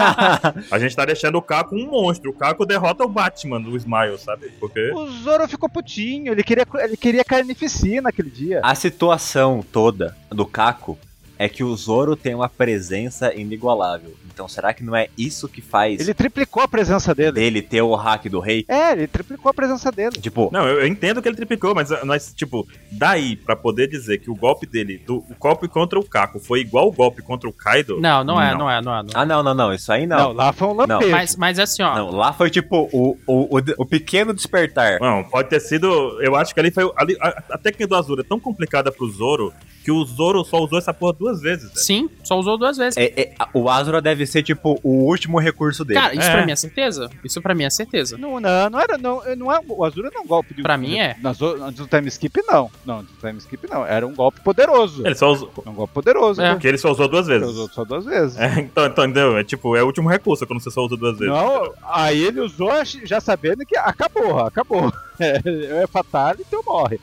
A gente tá deixando o Caco um monstro. O Caco derrota o Batman do Smile, sabe? Porque. O Zoro ficou putinho, ele queria, ele queria carnificina aquele dia. <laughs> A situação toda do Caco é que o Zoro tem uma presença inigualável. Então será que não é isso que faz Ele triplicou a presença dele. dele ter o hack do rei? É, ele triplicou a presença dele. Tipo, Não, eu, eu entendo que ele triplicou, mas ah, nós, tipo, daí pra poder dizer que o golpe dele, do, o golpe contra o Caco foi igual o golpe contra o Kaido. Não, não é, Não. não é, não é. Não é. ah não, não, não, isso aí Não, não. lá foi um lampejo. Mas, mas assim, ó. Não, lá foi tipo o, o, o, o pequeno despertar. Não, pode ter sido. Eu acho que ali foi. Ali, a, a técnica do Azura é tão complicada pro Zoro que o Zoro só usou essa porra duas vezes. velho. Sim, só usou duas vezes. É- é- o Azura deve ser tipo o último recurso dele. Cara, isso É. pra mim é certeza? Isso pra mim é certeza. Não, não, não era, não, não é, o Azura não é um golpe de Pra mim é. Na zo- Antes do um time skip, não. Não, antes do time skip, não. Era um golpe poderoso. Ele só usou. É um golpe poderoso. É. né? Porque ele só usou duas Ele vezes. usou só duas vezes. É, então, então, entendeu? É tipo, é o último recurso quando você só usa duas vezes. Não, aí ele usou ach- já sabendo que acabou, acabou. <laughs> É, é fatal, então morre.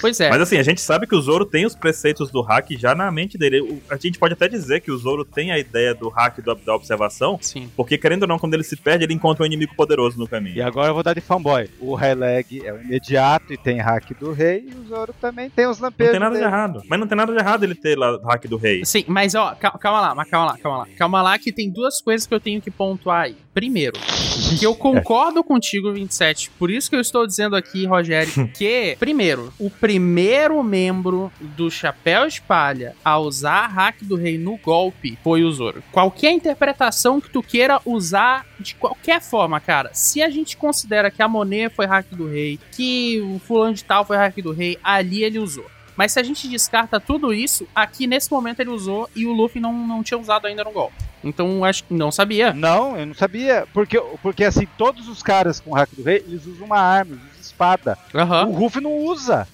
Pois é. Mas assim, a gente sabe que o Zoro tem os preceitos do hack já na mente dele. O- A gente pode até dizer que o Zoro tem a ideia do hack do- da observação, Sim. porque querendo ou não, quando ele se perde, ele encontra um inimigo poderoso no caminho. E agora eu vou dar de fanboy. O high leg é o imediato e tem hack do rei. E o Zoro também tem os Não lampejos. tem nada de dele. errado. Mas não tem nada de errado ele ter lá o hack do rei. Sim, mas ó, cal- calma lá, mas calma lá, calma lá. Calma lá que tem duas coisas que eu tenho que pontuar aí. Primeiro, que eu concordo contigo, 27. Por isso que eu estou dizendo aqui, Rogério, que, primeiro, o primeiro membro do Chapéu de Palha a usar hack do rei no golpe foi o Zoro. Qualquer interpretação que tu queira usar de qualquer forma, cara, se a gente considera que a Monet foi hack do rei, que o fulano de tal foi hack do rei, ali ele usou. Mas se a gente descarta tudo isso, aqui nesse momento ele usou e o Luffy não, não tinha usado ainda no golpe. Então acho que não sabia. Não, eu não sabia. Porque, porque assim, todos os caras com hack do rei, eles usam uma arma, eles usam espada. Aham. O Ruff não usa.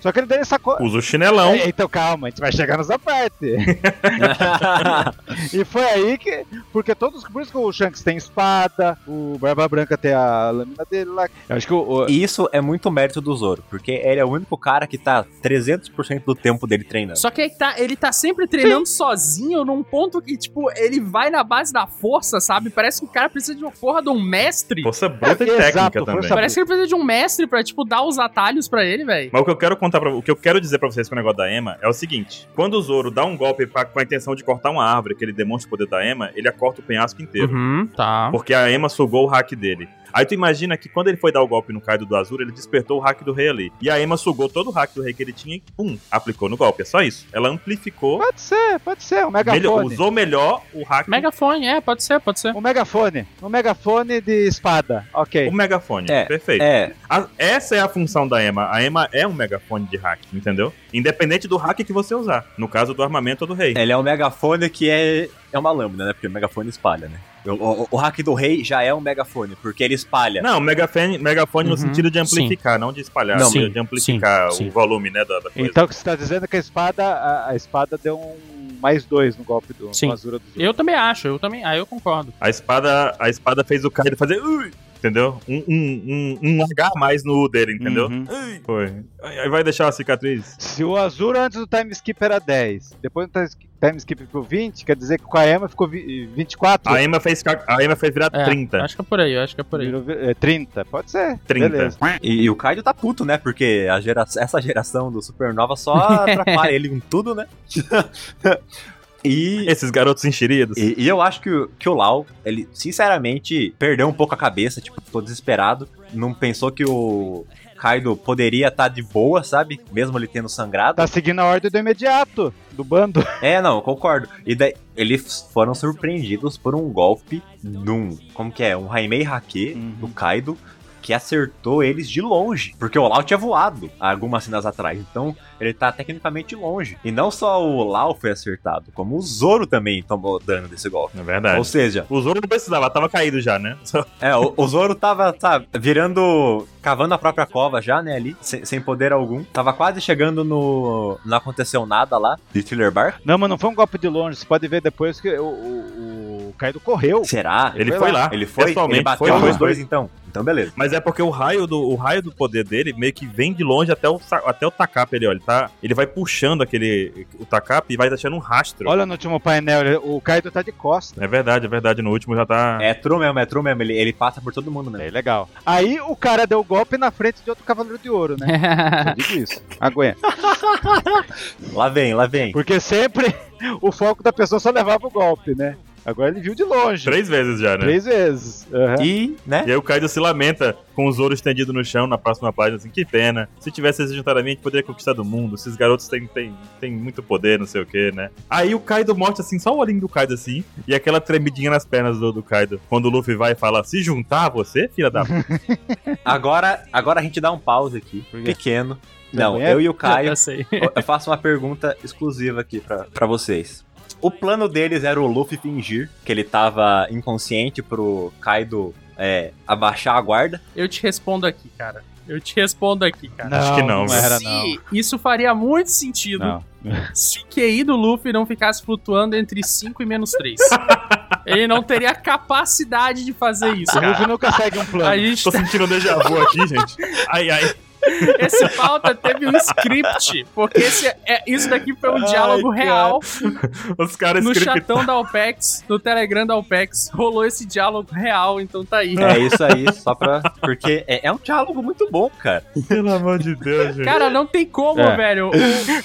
Só que ele deu essa coisa. Usa o chinelão. Então calma, a gente vai chegar <laughs> nessa parte. <laughs> e foi aí que. Porque todos. Por isso que o Shanks tem espada, o Barba Branca tem a lâmina dele lá. Eu acho que o. o- E isso é muito mérito do Zoro, porque ele é o único cara que tá 300% do tempo dele treinando. Só que aí tá, ele tá sempre treinando sozinho num ponto que, tipo, ele vai na base da força, sabe? Parece que o cara precisa de uma porra de um mestre. Força bruta e Exato, técnica força também. Parece que ele precisa de um mestre pra, tipo, dar os atalhos pra ele, velho. Mas o que eu quero contar para o que eu quero dizer pra vocês com o negócio da Emma é o seguinte: quando o Zoro dá um golpe pra- com a intenção de cortar uma árvore, que ele demonstra o poder da Emma, ele acorta o penhasco inteiro. Uhum, tá. Porque a Emma sugou o hack dele. Aí tu imagina que quando ele foi dar o golpe no Kaido do Azul, ele despertou o hack do rei ali. E a Emma sugou todo o hack do rei que ele tinha e pum, aplicou no golpe. É só isso. Ela amplificou, Pode ser, pode ser. O megafone. melhor- usou melhor o hack. Megafone, é, pode ser, pode ser. O Um megafone. O megafone de espada. O Ok. Um megafone, É, perfeito. É, A- essa é a função da Emma. A Emma é um megafone de hack, entendeu? Independente do hack que você usar. No caso do armamento ou do rei. ele é um megafone que é, é uma lâmina, né? Porque o megafone espalha, né? O, o- o hack do rei já é um megafone, porque ele espalha. Não, megafone, megafone no Uhum, sentido de amplificar, não de espalhar, Não, de- sim, de amplificar sim, o sim. volume, né, da, da coisa. Então o que você tá dizendo é que a espada. A, a espada deu um- mais dois no golpe do Sim. no Azura do Zoro. Eu também acho, eu também. Ah, eu concordo. A espada, a espada fez o Kaido fazer. "Ui", Entendeu? Um, um, um, um H a mais no U dele, entendeu? Uhum. Ui, Foi. Aí aí vai deixar a cicatriz? Se o Azura antes do time skip era 10, depois do time skip- time skip pro 20, quer dizer que com a Ema ficou vi- 24? A Emma fez, ca- a Emma fez virar É, 30. Acho que é por aí, eu acho que é por aí. <laughs> Virou vi- é, 30, pode ser. 30. Beleza. E, e o Kaido tá puto, né? Porque a gera- essa geração do Supernova só atrapalha ele com tudo, né? e, Esses garotos enxeridos. e, e eu acho que, o- que o Lau, ele sinceramente perdeu um pouco a cabeça, tipo, tô desesperado. Não pensou que o Kaido poderia estar de boa, sabe? Mesmo ele tendo sangrado. Tá seguindo a ordem do imediato, do bando. <laughs> É, não, eu concordo. E daí, eles foram surpreendidos por um golpe num. Como que é? Um Raimei Hake Uhum. do Kaido que acertou eles de longe. Porque o Lau tinha voado há algumas cenas atrás. Então, ele tá tecnicamente longe. E não só o Lau foi acertado, como o Zoro também tomou dano desse golpe. Na É verdade. Ou seja, O Zoro não precisava, tava caído já, né? Só- é, o, o Zoro tava, tá virando. cavando a própria cova já, né, ali, sem, sem poder algum. Tava quase chegando no. Não aconteceu nada lá, de Thriller Bark. Não, mas não foi um golpe de longe, você pode ver depois que o, o, o Kaido correu. Será? Ele foi foi lá. Ele foi, Ah, Pessoalmente, ele bateu foi lá. nos dois então. Então beleza. Mas é porque o raio do o raio do poder dele meio que vem de longe até o sa- até o Takap ele, ó, ele tá, ele vai puxando aquele o Takap e vai deixando um rastro. Olha no último painel, ele- o Kaido tá de costa. É verdade, é verdade, no último já tá É true mesmo, é true mesmo. Ele, ele passa por todo mundo mesmo. É legal. Aí o cara deu o golpe na frente de outro Cavaleiro de Ouro, né? Só digo isso. <laughs> Aguenta. Lá vem, lá vem. Porque sempre <laughs> o foco da pessoa só levava o golpe, né? Agora ele viu de longe. três vezes já, né? Três vezes. Aham. E, né? E aí o Kaido se lamenta com o Zoro estendido no chão na próxima página, assim, que pena. Se tivesse eles juntado a mim, a gente poderia conquistar o mundo. Esses garotos têm, têm, têm muito poder, não sei o que, né? Aí o Kaido mostra, assim, só o olhinho do Kaido, assim, e aquela tremidinha nas pernas do, do Kaido. Quando o Luffy vai e fala, se juntar a você, filha da... Agora, agora a gente dá um pause aqui, quê? pequeno. Também Não, é? eu e <laughs> o Caio, Eu sei. eu- eu faço uma pergunta exclusiva aqui pra, pra vocês. O plano deles era o Luffy fingir que ele tava inconsciente pro Kaido é, abaixar a guarda. Eu te respondo aqui, cara. Eu te respondo aqui, cara. Acho que não, não viu? era Se- não. Isso faria muito sentido Não. se o QI do Luffy não ficasse flutuando entre 5 e menos 3. Ele não teria a capacidade de fazer isso, O cara. Luffy nunca segue um plano. A gente, Tô sentindo um déjà vu aqui, gente. Ai, ai. esse pauta teve um script, porque esse, é, isso daqui foi um Ai, diálogo cara. real Os caras no escrevem... chatão da OPEX, no Telegram da OPEX. Rolou esse diálogo real, então tá Ah. aí. É isso aí, só pra. Porque é, é um diálogo muito bom, cara. Pelo amor de Deus, gente. Cara, não tem como, É. velho.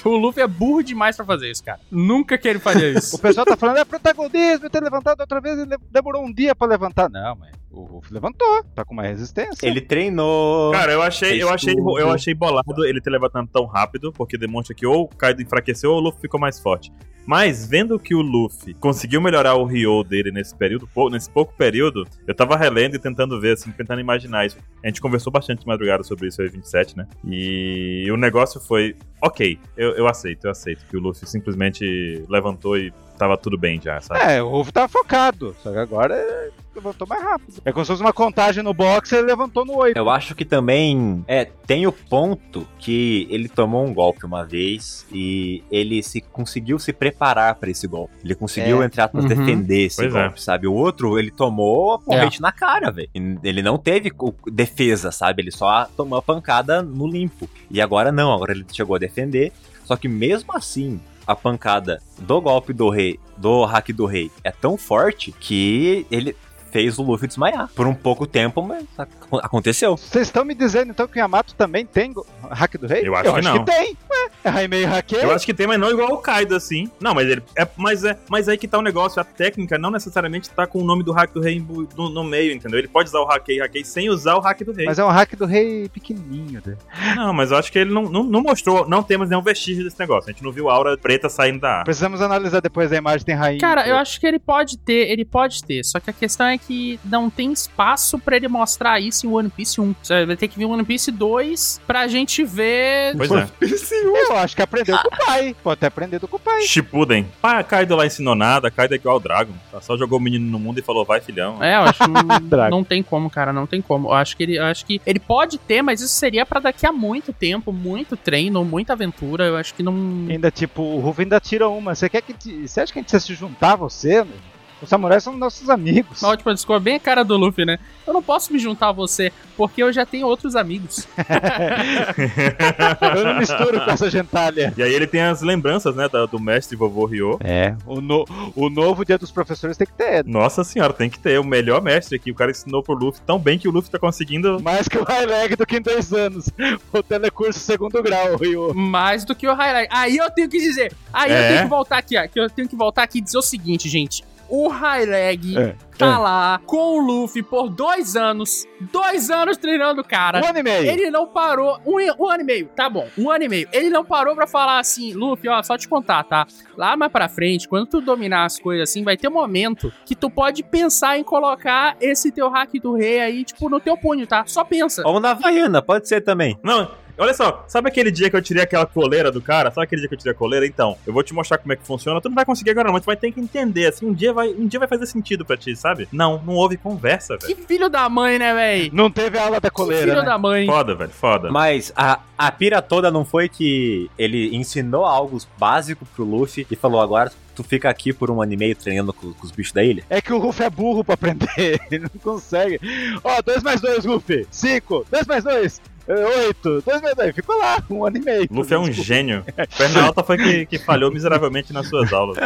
O, o Luffy é burro demais pra fazer isso, cara. Nunca que ele faria O isso. pessoal tá falando, é protagonismo, ter levantado outra vez, ele demorou um dia pra levantar. Não, mas o Luffy levantou, tá com uma resistência. Ele treinou. Cara, eu achei, eu Fez achei, tudo. eu achei bolado ele ter levantado tão rápido, porque demonstra que ou o Kaido enfraqueceu ou o Luffy ficou mais forte. Mas vendo que o Luffy conseguiu melhorar o Ryo dele nesse período, pou- nesse pouco período, eu tava relendo e tentando ver, assim, tentando imaginar isso. A gente conversou bastante de madrugada sobre isso aí, 27, né? E o negócio foi, ok, eu, eu aceito, eu aceito que o Luffy simplesmente levantou e tava tudo bem já, sabe? É, o Luffy tava focado, só que agora ele levantou mais rápido. É como se fosse uma contagem no boxe, ele levantou no 8. Eu acho que também é, tem o ponto que ele tomou um golpe uma vez e ele se conseguiu se preparar pra esse golpe. Ele conseguiu, É. entre aspas, Uhum. defender esse Pois é. golpe, sabe? O outro, ele tomou a porrete na cara, velho. Ele não teve co- defesa, sabe? Ele só tomou a pancada no limpo. E agora não, agora ele chegou a defender. Só que mesmo assim, a pancada do golpe do rei, do hack do rei, é tão forte que ele fez o Luffy desmaiar. Por um pouco tempo, mas ac- aconteceu. Vocês estão me dizendo então que o Yamato também tem go- hack do rei? Eu acho que não. tem. Ué, é Raimei Hake. Eu acho que tem, mas não igual o Kaido, assim. Não, mas ele. É, mas, é, mas aí que tá o negócio. A técnica não necessariamente tá com o nome do hack do rei embu- do- no, meio, entendeu? Ele pode usar o hack e hack sem usar o hack do rei. Mas é um hack do rei pequenininho, né? Não, mas eu acho que ele não, não, não mostrou. Não temos nenhum vestígio desse negócio. A gente não viu a aura preta saindo da árvore. Precisamos analisar depois a imagem, tem rainha. Cara, eu acho que ele pode ter, ele pode ter. Só que a questão é que não tem espaço pra ele mostrar um. <laughs> isso em One Piece 1. Sabe, Vai ter que Ah. vir One Piece 2 pra gente ver. Pois é. Eu Eu acho que aprendeu com o pai. Pode ter aprendido com o pai. Shippuden. Pá, Kaido lá ensinou nada, Kaido é igual o Dragon. Tá? Só jogou o menino no mundo e falou, vai filhão. É, eu acho. Drago. não tem como, cara, não tem como. Eu acho que ele, eu acho que ele pode ter, mas isso seria pra daqui a muito tempo, muito treino, muita aventura. Eu acho que não. Ainda tipo, o Ruff ainda tira uma. Você quer que te- Você acha que a gente ia se juntar a você? meu? Os samurais são nossos amigos. Mas, tipo, ficou bem a cara do Luffy, né? Eu não posso me juntar a você, porque eu já tenho outros amigos. Eu não misturo com essa gentalha. E aí ele tem as lembranças, né, da- do mestre vovô Ryo. É, o, no- o novo dia dos professores tem que ter. né? Nossa senhora, tem que ter o melhor mestre aqui. O cara ensinou pro Luffy tão bem que o Luffy tá conseguindo. Mais que o high leg do que em dois anos. O telecurso segundo grau, Ryu. Mais do que o highlight. Aí eu tenho que dizer. Aí eu É. tenho que voltar aqui, ó. Que eu tenho que voltar aqui e dizer o seguinte, gente. O High Leg É, tá lá com o Luffy por dois anos. Dois anos treinando o cara. Um ano e meio. Ele não parou. Um, um ano e meio, tá bom. Um ano e meio. Ele não parou pra falar assim, Luffy, ó, só te contar, tá? Lá mais pra frente, quando tu dominar as coisas assim, vai ter um momento que tu pode pensar em colocar esse teu hack do rei aí, tipo, no teu punho, tá? Só pensa. Ou na Havaiana, pode ser também. Não, olha só, sabe aquele dia que eu tirei aquela coleira do cara? Sabe aquele dia que eu tirei a coleira? Então, eu vou te mostrar como é que funciona. Tu não vai conseguir agora, não, mas tu vai ter que entender. Assim, um dia vai, um dia vai fazer sentido pra ti, sabe? Não, não houve conversa, velho. Que filho da mãe, né, véi? Não teve a aula da Que filho coleira. Né? da mãe. Foda, velho, foda. Mas a, a pira toda não foi que ele ensinou algo básico pro Luffy e falou: agora tu fica aqui por um ano e meio treinando com, com os bichos da ilha. É que o Ruff é burro pra aprender. <laughs> Ele não consegue. Ó, dois mais dois, Ruff. Cinco. Dois mais dois. eh, Oito. Dois mais dois. Ficou lá. Um ano e meio. Luffy é um gênio. Perna alta foi que, que falhou miseravelmente nas suas aulas.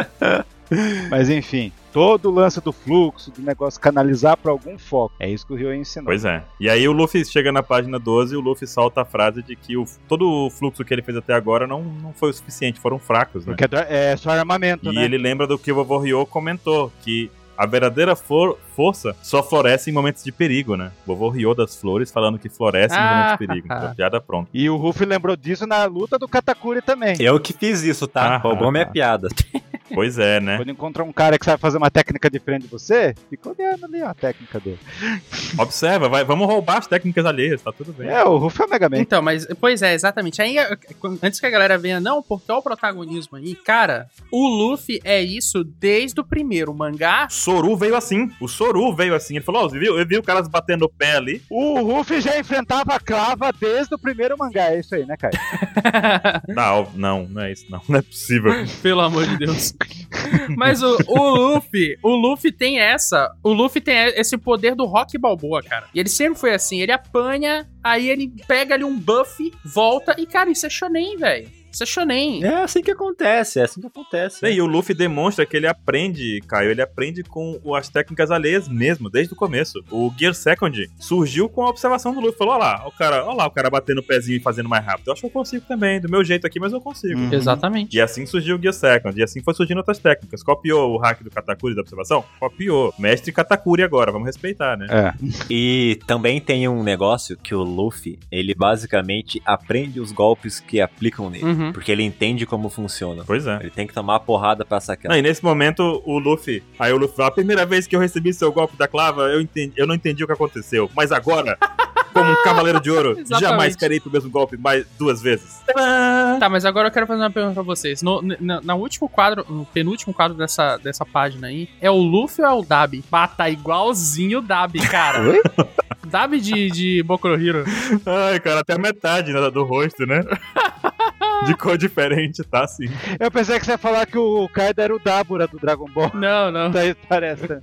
Mas enfim, todo o lance do fluxo, do negócio canalizar pra algum foco. É isso que o Ryu ensinou. Pois é. E aí o Luffy chega na página 12 e o Luffy solta a frase de que o, todo o fluxo que ele fez até agora não, não foi o suficiente, foram fracos, né? Porque é do- é só armamento, E né? ele lembra do que o vovô Ryo comentou, que a verdadeira for- força só floresce em momentos de perigo, né? Vovô Ryo das flores falando que floresce em momentos de perigo. Então, piada pronta. E o Ruff lembrou disso na luta do Katakuri também. Eu que fiz isso, tá? Ah, Roubou minha piada. Pois é, né? Quando encontrar um cara que sabe fazer uma técnica diferente de você, fica olhando ali ó, a técnica dele. Observa, vai- vamos roubar as técnicas alheias, tá tudo bem. É, o Ruff é o Mega Man. Então, mas, pois é, exatamente. Aí, eh, antes que a galera venha, não, porque olha o protagonismo aí. Cara, o Luffy é isso desde o primeiro mangá. Soru veio assim. O Soru veio assim. Ele falou, ó, viu? Eu vi os caras batendo o pé ali. O Ruff já enfrentava a clava desde o primeiro mangá. É isso aí, <laughs> né, Caio? Não, não, não é isso, não. <laughs> Não é possível. <laughs> Pelo amor de Deus. Mas o, o Luffy, o Luffy tem essa. O Luffy tem esse poder do rock balboa, cara. E ele sempre foi assim, ele apanha, aí ele pega ali um buff, volta, e, cara, isso é shonen, velho. Isso é shonen. É assim que acontece, é assim que acontece. Né, E o Luffy demonstra que ele aprende, Caio, ele aprende com o- as técnicas alheias mesmo, desde o começo. O Gear Second surgiu com a observação do Luffy. Falou, olha lá, o cara, olha lá, o cara batendo o pezinho e fazendo mais rápido. Eu acho que eu consigo também, do meu jeito aqui, mas eu consigo. Hum. Exatamente. E assim surgiu o Gear Second, e assim foi surgindo outras técnicas. Copiou o hack do Katakuri da observação? Copiou. Mestre Katakuri agora, vamos respeitar, né? É. E também tem um negócio que o Luffy, ele basicamente aprende os golpes que aplicam nele. Uhum. Porque ele entende como funciona. Pois é. Ele tem que tomar a porrada pra sacar. Não, e nesse momento o Luffy. Aí o Luffy fala: A primeira vez que eu recebi seu golpe da clava, eu, entendi, eu não entendi o que aconteceu. Mas agora, como um cavaleiro de <laughs> ouro, Exatamente. jamais cairei pro mesmo golpe mais duas <laughs> vezes. Tadã! Tá, mas agora eu quero fazer uma pergunta pra vocês. No, n- na, na último quadro, no penúltimo quadro dessa, dessa página aí, é o Luffy ou é o Dabi? Ah, tá igualzinho o Dabi, cara. Oi? Dabi de, de Boku no Hero. Ai, cara, até a metade né, do rosto, <laughs> né? De cor diferente, tá assim. Eu pensei que você ia falar que o Kaido era o Dabura do Dragon Ball. <laughs> Não, não. Daí parece. <laughs> né?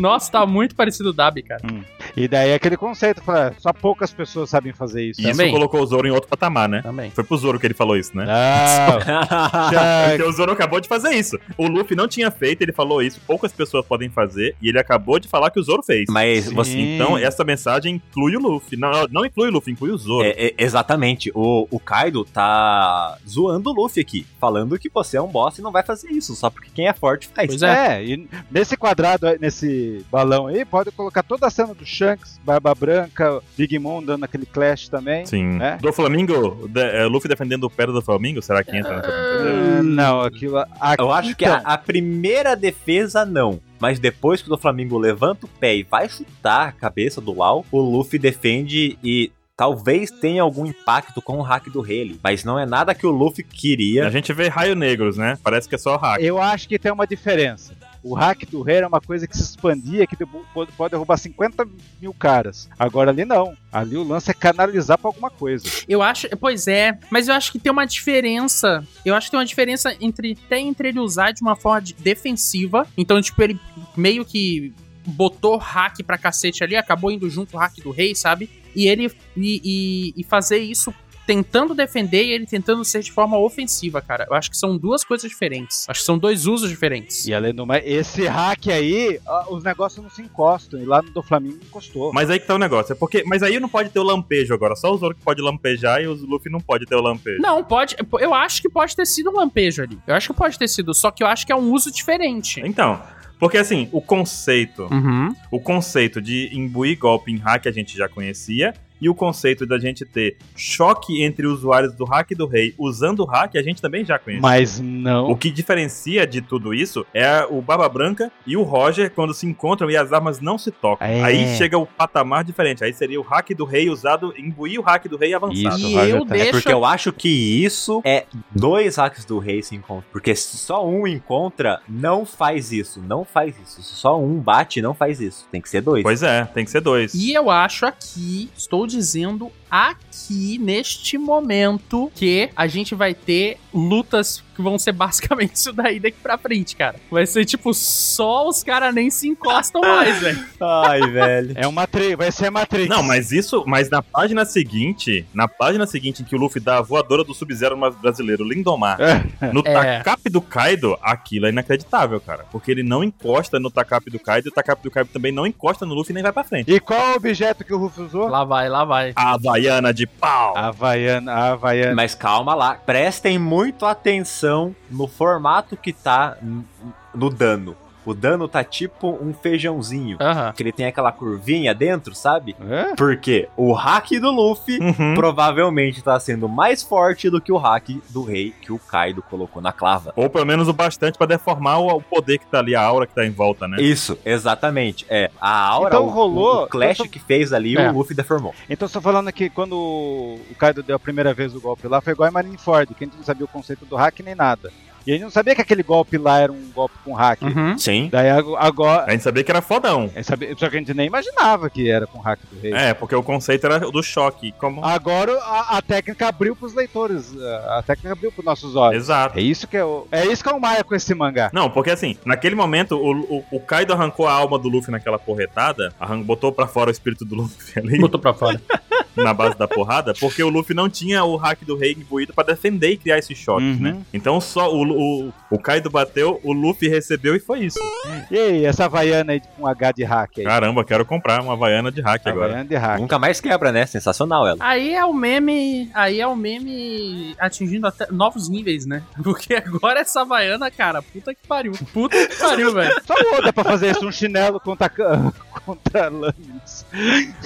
Nossa, tá muito parecido o Dabi, cara. E daí é aquele conceito, fala, "É, só poucas pessoas sabem fazer isso. E isso Também. colocou o Zoro em outro patamar, né? Também. Foi pro Zoro que ele falou isso, né? <laughs> Não, Ah, Porque o Zoro acabou de fazer isso. O Luffy não tinha feito, ele falou isso. Poucas pessoas podem fazer. E ele acabou de falar que o Zoro fez. <laughs> Mas Sim. você. Então, essa mensagem inclui o Luffy. Não, não inclui o Luffy, inclui o Zoro. é, é, exatamente. O, o Kaido tá zoando o Luffy aqui. Falando que você é um boss e não vai fazer isso. Só porque quem é forte faz. Pois é. É, e nesse quadrado, aí, nesse balão aí, pode colocar toda a cena do Shanks, Barba Branca, Big Mom dando aquele clash também. Sim. É? Do Flamingo, de, é, Luffy defendendo o pé do Flamingo, será que entra nessa brincadeira? Ah, não, aquilo. Aqui, Eu acho que Então. a, a primeira defesa não. Mas depois que o do Flamengo levanta o pé e vai chutar a cabeça do Lau, o Luffy defende e Talvez tenha algum impacto com o hack do Rayleigh, mas não é nada que o Luffy A queria. gente vê raio negros, né? Parece que é só hack. então, Eu acho que tem uma diferença. O hack do rei era uma coisa que se expandia, que derru- pode pode derrubar 50 mil caras. Agora ali não. Ali o lance é canalizar pra alguma coisa. Eu acho, pois é, mas eu acho que tem uma diferença. Eu acho que tem uma diferença entre até entre ele usar de uma forma de- defensiva, então tipo ele meio que botou hack pra cacete ali, acabou indo junto o hack do rei, sabe? E ele e, e- e fazer isso tentando defender e ele tentando ser de forma ofensiva, cara. Eu acho que são duas coisas diferentes. Acho que são dois usos diferentes. E além do mais, esse hack aí, ó, os negócios não se encostam. E lá no do Flamengo encostou. Mas aí que tá o negócio. É porque, mas aí não pode ter o lampejo agora. Só o Zoro que pode lampejar e o Luffy não pode ter o lampejo. Não, pode. Eu acho que pode ter sido um lampejo ali. Eu acho que pode ter sido, só que eu acho que é um uso diferente. Então, porque assim, o conceito, Uhum. o conceito de imbuir golpe em hack a gente já conhecia. E o conceito da gente ter choque entre usuários do hack e do rei usando o hack a gente também já conhecia. Mas O não. que diferencia de tudo isso é o Barba Branca e o Roger quando se encontram e as armas não se tocam. É. Aí chega o patamar diferente. Aí seria o hack do rei usado, imbuir o hack do rei avançado. Isso, e vai eu botar. É deixo. porque eu acho que isso é dois hacks do rei se encontram. Porque se só um encontra, não faz isso. Não faz isso. Se só um bate, não faz isso. Tem que ser dois. Pois é, tem que ser dois. E eu acho aqui, estou dizendo aqui neste momento que a gente vai ter lutas que vão ser basicamente <laughs> isso daí daqui pra frente, cara. Vai ser tipo só os caras nem se encostam <laughs> mais, velho. Ai, <laughs> velho. É uma tri... Vai ser a Matrix. Não, mas isso, mas na página seguinte, na página seguinte em que o Luffy dá a voadora do Sub-Zero mas- brasileiro, Lindomar, no É. tacape do Kaido, aquilo é inacreditável, cara. Porque ele não encosta no tacape do Kaido, e o tacape do Kaido também não encosta no Luffy e nem vai pra frente. E qual é o objeto que o Rufus usou? Lá vai, lá vai. A Havaiana de pau! Havaiana, Havaiana. Mas calma lá, prestem muito atenção no formato que tá n- no dano. O dano tá tipo um feijãozinho. Aham. Que ele tem aquela curvinha dentro, sabe? Hã? Porque o hack do Luffy Uhum. provavelmente tá sendo mais forte do que o hack do rei que o Kaido colocou na clava. Ou pelo menos o bastante pra deformar o, o poder que tá ali, a aura que tá em volta, né? Isso, exatamente. É, a aura, Então o, rolou- o clash então tô- que fez ali, É. o Luffy deformou. Então estou falando que quando o Kaido deu a primeira vez o golpe lá, foi igual a Marineford, que a gente não sabia o conceito do hack nem nada. E a gente não sabia que aquele golpe lá era um golpe com hack. Uhum. Sim. Daí ago- agora. A gente sabia que era fodão. é saber- Só que a gente nem imaginava que era com hack do rei. É, porque o conceito era do choque. Como... Agora a, a técnica abriu pros leitores. A, a técnica abriu pros nossos olhos. Exato. É isso que é o. É isso que é o Maia com esse mangá. Não, porque assim, naquele momento, o, o, o Kaido arrancou a alma do Luffy naquela porretada, arran- botou pra fora o espírito do Luffy <laughs> ali, Botou pra fora. na base da porrada, porque o Luffy não tinha o hack do rei imbuído pra defender e criar esse choque, Uhum. né? Então só o, o, o Kaido bateu, o Luffy recebeu e foi isso. E aí, essa Havaiana aí com H de hack aí? Caramba, quero comprar uma Havaiana de hack agora. Havaiana de hack. Nunca mais quebra, né? Sensacional ela. Aí é o meme. Aí é o meme atingindo até novos níveis, né? <laughs> Porque agora essa baiana, cara, puta que pariu. Puta que pariu, velho. Só o Oda pra fazer isso, um chinelo contra, ca- <laughs> contra lâminas.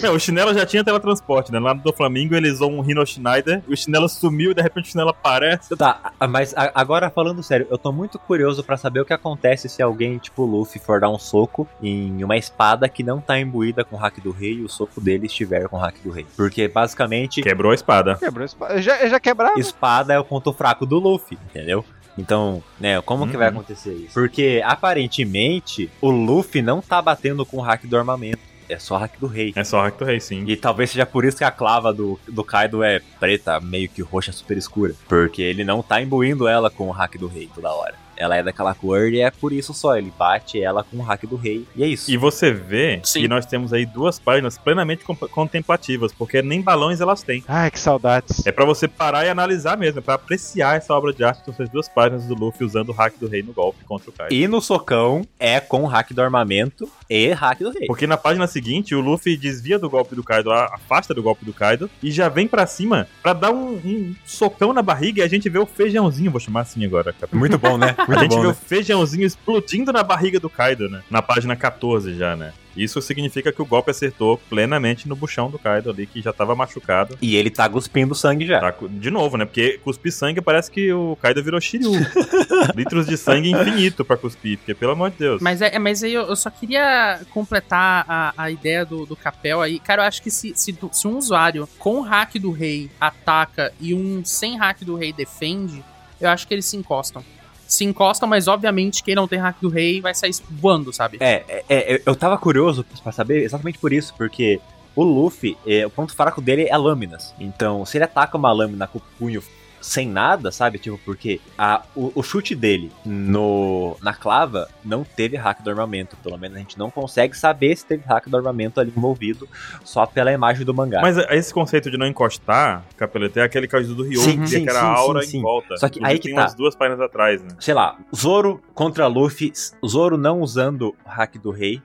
Meu, É, o chinelo já tinha teletransporte, né? Lá no do Flamengo ele usou um Rhino Schneider, e o chinelo sumiu e de repente o chinelo aparece. Tá, a- mas a- agora falando sério, eu tô muito curioso pra saber o que acontece se alguém, tipo o Luffy, for dar um soco em uma espada que não tá imbuída com o hack do rei e o soco dele estiver com o hack do rei. Porque basicamente, Quebrou a espada. Quebrou esse. pa- Já, já quebraram? espada é o ponto fraco do Luffy, entendeu? Então, né, como que vai Uhum. acontecer isso? Porque aparentemente o Luffy não tá batendo com o hack do armamento, é só o hack do rei. É só o Hector Rei, sim. E talvez seja por isso que a clava do, do Kaido é preta, meio que roxa super escura. Porque ele não tá imbuindo ela com o hack do rei toda hora. Ela é daquela cor e é por isso só. Ele bate ela com o hack do rei. E é isso. E você vê Sim. que nós temos aí duas páginas plenamente comp- contemplativas, porque nem balões elas têm. Ai, que saudades. É pra você parar e analisar mesmo, é pra apreciar essa obra de arte que são essas duas páginas do Luffy usando o hack do rei no golpe contra o Kaido. E no socão é com o hack do armamento e hack do rei. Porque na página seguinte, o Luffy desvia do golpe do Kaido, a- afasta do golpe do Kaido e já vem pra cima pra dar um, um socão na barriga e a gente vê o feijãozinho, vou chamar assim agora, cara. <laughs> Muito bom, né? A gente bom, vê né? o feijãozinho explodindo na barriga do Kaido, né? Na página 14 já, né? Isso significa que o golpe acertou plenamente no buchão do Kaido ali, que já tava machucado. E ele tá cuspindo sangue já. Tá cu- de novo, né? Porque cuspir sangue parece que o Kaido virou <laughs> Shiryu. Litros de sangue infinito pra cuspir, porque pelo amor de Deus. Mas, é, mas aí eu, eu só queria completar a, a ideia do, do Capel aí. Cara, eu acho que se, se, do- se um usuário com hack do rei ataca e um sem hack do rei defende, eu acho que eles se encostam. Se encostam, mas obviamente quem não tem hack do rei vai sair voando, sabe? É, é, é, eu- eu tava curioso pra saber exatamente por isso, porque o Luffy, é, o ponto fraco dele é lâminas. Então, se ele ataca uma lâmina com o punho sem nada, sabe? Tipo, porque a- o, o chute dele no, na clava não teve hack do armamento. Pelo menos a gente não consegue saber se teve hack do armamento ali envolvido só pela imagem do mangá. Mas é- esse conceito de não encostar, Capelete, é aquele que ajuda do Ryu, Sim, que é sim, aquela sim, aura sim, em sim. volta. Só que O aí Ryu que tem tá. umas duas páginas atrás, né? sei lá, Zoro contra Luffy, Zoro não usando o hack do rei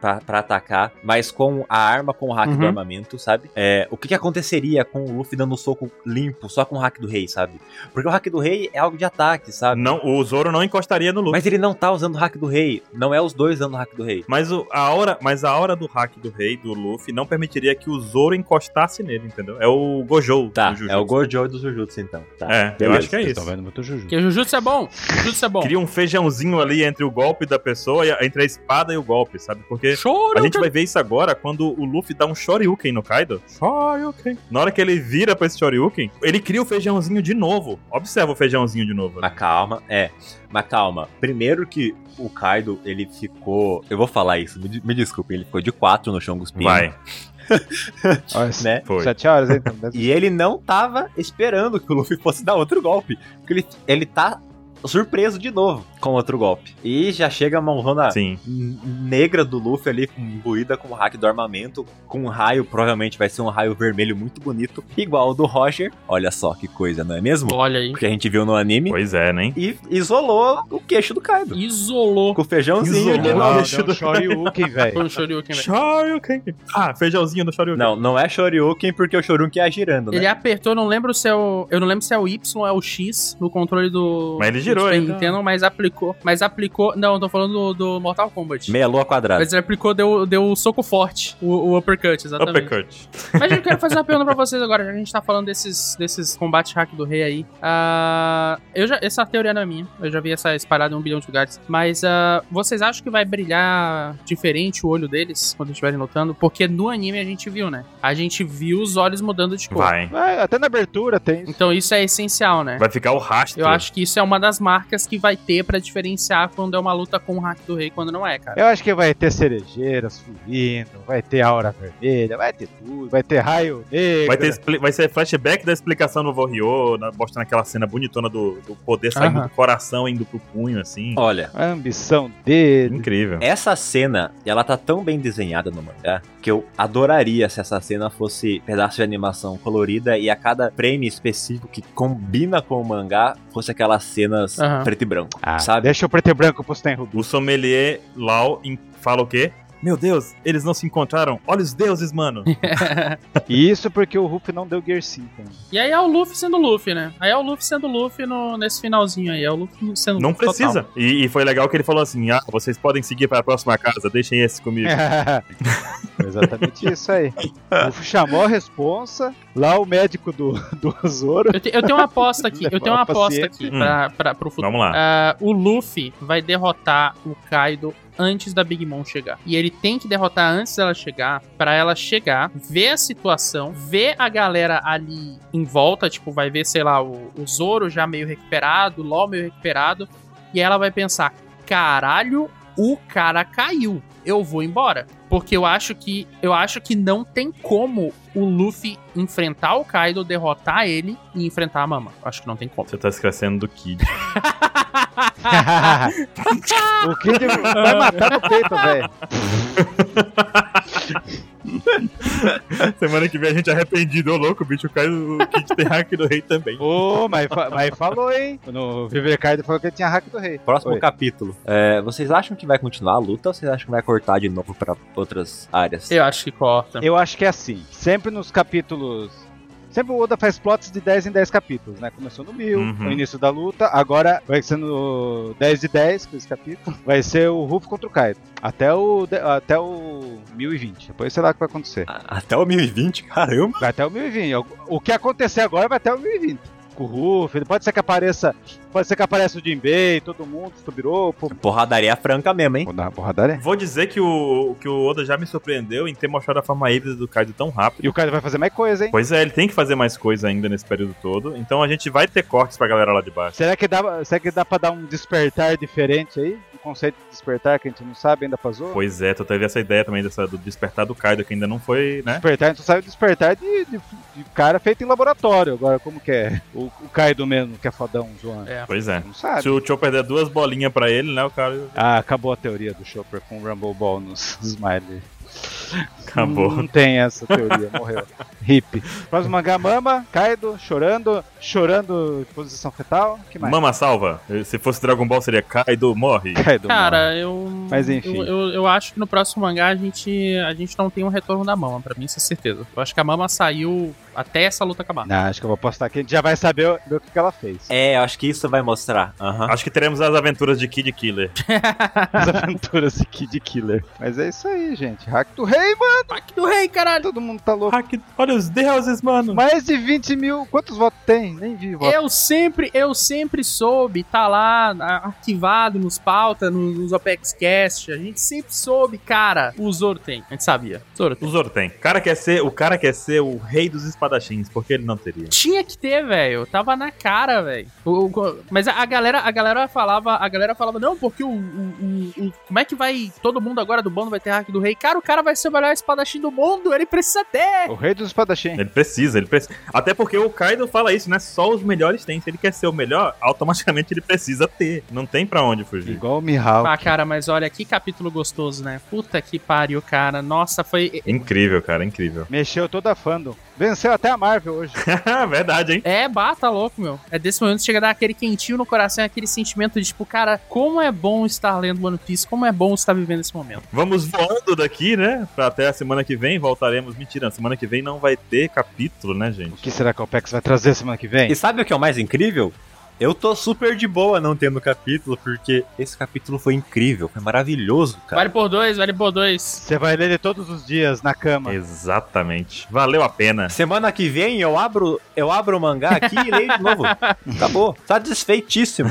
pra, pra atacar, mas com a arma com o hack do Uhum. armamento, sabe? É, o que, que aconteceria com o Luffy dando um soco limpo só com o hack do rei, sabe? Porque o hack do rei é algo de ataque, sabe? Não, o Zoro não encostaria no Luffy. Mas ele não tá usando o hack do rei, não é os dois usando o hack do rei. Mas, o- a aura, mas a aura do hack do rei, do Luffy, não permitiria que o Zoro encostasse nele, entendeu? É o Gojo. Tá, do Jujutsu. é o Gojo do Jujutsu então. Tá. É, eu beleza. acho que é Vocês isso. tão vendo muito Juju. Porque o Jujutsu é bom. Jujutsu é bom. Cria um feijãozinho ali entre o golpe da pessoa, e a- entre a espada e o golpe, sabe? Porque Choro, a gente cara. vai ver isso agora quando o Luffy dá um Shoryuken no Kaido. Shoryuken. Na hora que ele vira pra esse Shoryuken, ele cria o feijãozinho de novo. Observa o feijãozinho de novo. né? Mas calma, é. Mas calma. Primeiro que o Kaido, ele ficou. Eu vou falar isso, me, de- me desculpe, ele ficou de quatro no chão cuspindo. Vai, Olha, Né? foi. Sete horas, hein? Então, deve- E ele não tava esperando que o Luffy fosse dar outro golpe. Porque ele, ele tá surpreso de novo com outro golpe. E já chega a mãozona Sim. n- negra do Luffy ali, imbuída com o hack do armamento, com um raio, provavelmente vai ser um raio vermelho muito bonito, igual o do Roger. Olha só que coisa, não é mesmo? <laughs> Olha aí. Que a gente viu no anime. Pois é, né? E isolou o queixo do Kaido. Isolou. Com o né? feijãozinho Isolou. de Não, novo. Não, deu um Shoryuken, Foi velho. um Shoryuken, velho. Shoryuken. Ah, feijãozinho do Shoryuken. Não, não é Shoryuken porque o Shoryuken é girando, né? Ele apertou, não lembro se é o. Eu não lembro se é o Y ou é o X no controle do. Mas ele girou, do Super então. Nintendo, mas aplicou. Mas aplicou. Não, eu tô falando do, do Mortal Kombat. Meia lua quadrada. Mas ele aplicou, deu, deu o soco forte, o, o uppercut, exatamente. Uppercut. Mas eu quero fazer uma pergunta pra vocês agora, já que a gente tá falando desses, desses combates hack do rei aí. Ah, eu já, essa teoria não é minha, eu já vi essa espalhada em um bilhão de lugares. Mas ah, vocês acham que vai brilhar diferente o olho deles quando estiverem lutando? Porque no anime a gente viu, né? A gente viu os olhos mudando de cor. Vai. Mas até na abertura tem isso. Então isso é essencial, né? Vai ficar o rastro. Eu acho que isso é uma das marcas que vai ter pra diferenciar quando é uma luta com o hack do rei e quando não <laughs> é, cara. Eu acho que vai ter cerejeiras fluindo, vai ter aura vermelha, vai ter tudo, vai ter raio negro. Vai, ter, expli- vai ser flashback da explicação no Vorryo, na, mostrando aquela cena bonitona do, do poder saindo Aham. do coração e indo pro punho, assim. Olha, A ambição dele. Incrível. Essa cena, ela tá tão bem desenhada no mangá que eu adoraria se essa cena fosse pedaço de animação colorida e a cada frame específico que combina com o mangá fosse aquelas cenas Aham. preto e branco, Ah, sabe? Deixa o preto e branco pro Stan Rubi. O sommelier Lau em- fala o quê? Meu Deus, eles não se encontraram. Olha os deuses, <laughs> mano. E Isso porque o Ruff não deu Gear 5. né? E aí é o Luffy sendo Luffy, né? Aí é o Luffy sendo Luffy no, nesse finalzinho aí. É o Luffy sendo Não Luffy total. precisa. E, e foi legal que ele falou assim: ah, vocês podem seguir para a próxima casa, deixem esse comigo. É. Foi <laughs> Exatamente isso aí. O Ruff chamou a responsa. Lá o médico do, do Zoro. <laughs> Eu, te- eu tenho uma <laughs> aposta aqui, eu tenho uma Levar o aposta paciente. aqui pra, pra, pro futuro. Vamos lá. Ah, o Luffy vai derrotar o Kaido antes da Big Mom chegar. E ele tem que derrotar antes dela chegar, pra ela chegar, ver a situação, ver a galera ali em volta, tipo, vai ver, sei lá, o, o Zoro já meio recuperado, o LOL meio recuperado, e ela vai pensar, caralho, o cara caiu, eu vou embora. Porque eu acho que eu acho que não tem como o Luffy enfrentar o Kaido, derrotar ele e enfrentar a Mama. Eu acho que não tem como. Você tá esquecendo do Kid. <laughs> o Kid vai matar no peito, velho. Semana que vem a gente é arrependido, ô louco, bicho. O, cara, o Kid tem hack do rei também. Ô, mas, fa- mas falou, hein? No Vivercard falou que ele tinha hack do rei. Próximo Oi. capítulo. É, vocês acham que vai continuar a luta ou vocês acham que vai cortar de novo pra outras áreas? Eu acho que corta. Eu acho que é assim. Sempre nos capítulos Sempre o Oda faz plots de 10 em 10 capítulos, né? Começou no mil, Uhum. no início da luta, agora vai sendo 10 de 10 com esse capítulo. <laughs> Vai ser o Ruff contra o Kaido. Até o, de- até o 1020. Depois sei lá o que vai acontecer. A- Até o 1020, caramba. Vai até o 1020. O- O que acontecer agora vai até o 1020. Com o Ruff, pode ser que apareça. Pode ser que apareça o Jinbei, todo mundo, Tubiropo. Porradaria franca mesmo, hein? Vou dar uma porradaria. Vou dizer que o, que o Oda já me surpreendeu em ter mostrado a forma híbrida do Kaido tão rápido. E o Kaido vai fazer mais coisa, hein? Pois é, ele tem que fazer mais coisa ainda nesse período todo. Então a gente vai ter cortes pra galera lá de baixo. Será que, dá, será que dá pra dar um despertar diferente aí? Um conceito de despertar que a gente não sabe ainda pra Zoa? Pois é, tu teve essa ideia também dessa, do despertar do Kaido, que ainda não foi, né? Despertar, então sabe o despertar de, de- de cara feito em laboratório. Agora, como que é? O, o Kaido mesmo, que é fodão, João. É. Pois é. Não sabe. Se o Chopper der duas bolinhas pra ele, né, o cara Ah, acabou a teoria do Chopper com o Rumble Ball nos <laughs> Smiley. acabou. Não tem essa teoria, morreu. Hip. Próximo mangá, Mama, Kaido, chorando, chorando em posição fetal. que mais? Mama salva. Se fosse Dragon Ball seria Kaido morre. Kaido, Cara, eu. Mas enfim. Eu, eu, eu acho que no próximo mangá a gente, a gente não tem um retorno da Mama, pra mim, isso é certeza. Eu acho que a Mama saiu até essa luta acabar. morre. Não, acho que eu vou apostar que a gente já vai saber o, do que, que ela fez. É, eu acho que isso vai mostrar. Aham. Acho que teremos as aventuras de Kid Killer. <laughs> As aventuras de Kid Killer. Mas é isso aí, gente. Hack do Rei, mano. Ataque do rei, caralho! Todo mundo tá louco. Hack, Ah, olha os deuses, mano. Mais de 20 mil. Quantos votos tem? Nem vi voto. Eu sempre, eu sempre soube, tá lá a- arquivado nos pauta, nos, nos Opex Cast. A gente sempre soube, cara. O Zoro tem, a gente sabia. Zoro tem. O Zoro tem. O cara quer ser, o cara quer ser o rei dos espadachins, porque ele não teria. Tinha que ter, velho. Tava na cara, velho. O- o- Mas a, a galera, a galera falava, a galera falava não, porque o, o- o- o- como é que vai todo mundo agora do bando vai ter hack do rei? Cara, o cara vai ser o melhor espadachim do mundo. Ele precisa ter. O Rei dos Espadachim. <laughs> Ele precisa, ele precisa. Até porque o Kaido fala isso, né? Só os melhores têm. Se ele quer ser o melhor, automaticamente ele precisa ter. Não tem pra onde fugir. Igual o Mihawk. Ah, cara, mas olha que capítulo gostoso, né? Puta que pariu, cara. Nossa, foi. Incrível, cara, incrível. <laughs> Mexeu toda a fandom. Venceu até a Marvel hoje. Verdade, hein? É, bata louco, meu. É desse momento que chega a dar aquele quentinho no coração, aquele sentimento de tipo, cara, como é bom estar lendo One Piece, como é bom estar vivendo esse momento. Vamos voando daqui, né? Pra até a semana que vem voltaremos. Mentira, semana que vem não vai ter capítulo, né, O gente? que será que o Pex vai trazer semana que vem? E sabe o que é o mais incrível? Eu tô super de boa não tendo capítulo, porque esse capítulo foi incrível, foi maravilhoso, cara. Vale por dois, vale por dois. Você vai ler ele todos os dias na cama. Exatamente. Valeu a pena. Semana que vem eu abro, eu abro o mangá aqui e leio de <laughs> novo. Acabou. Satisfeitíssimo.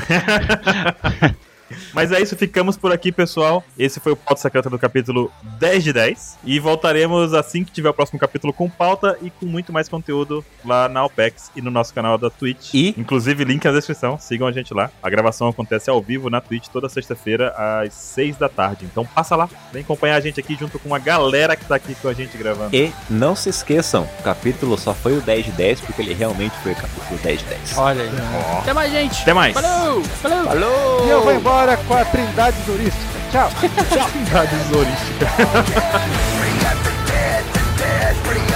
Mas é isso, ficamos por aqui, pessoal. Esse foi o Pauta Secreta do capítulo 10 de 10. E voltaremos assim que tiver o próximo capítulo com pauta e com muito mais conteúdo lá na OPEX e no nosso canal da Twitch. E? Inclusive, link na descrição, sigam a gente lá. A gravação acontece ao vivo na Twitch toda sexta-feira às 6 da tarde. Então passa lá, vem acompanhar a gente aqui junto com a galera que tá aqui com a gente gravando. E não se esqueçam, o capítulo só foi o 10 de 10, porque ele realmente foi o capítulo 10 de 10. Olha aí. Até mais, gente. Até mais! Falou, falou. Falou! E eu vou embora com a Trindade Turística. Tchau. Saudades, Oris. Bring out the dead, the dead, bring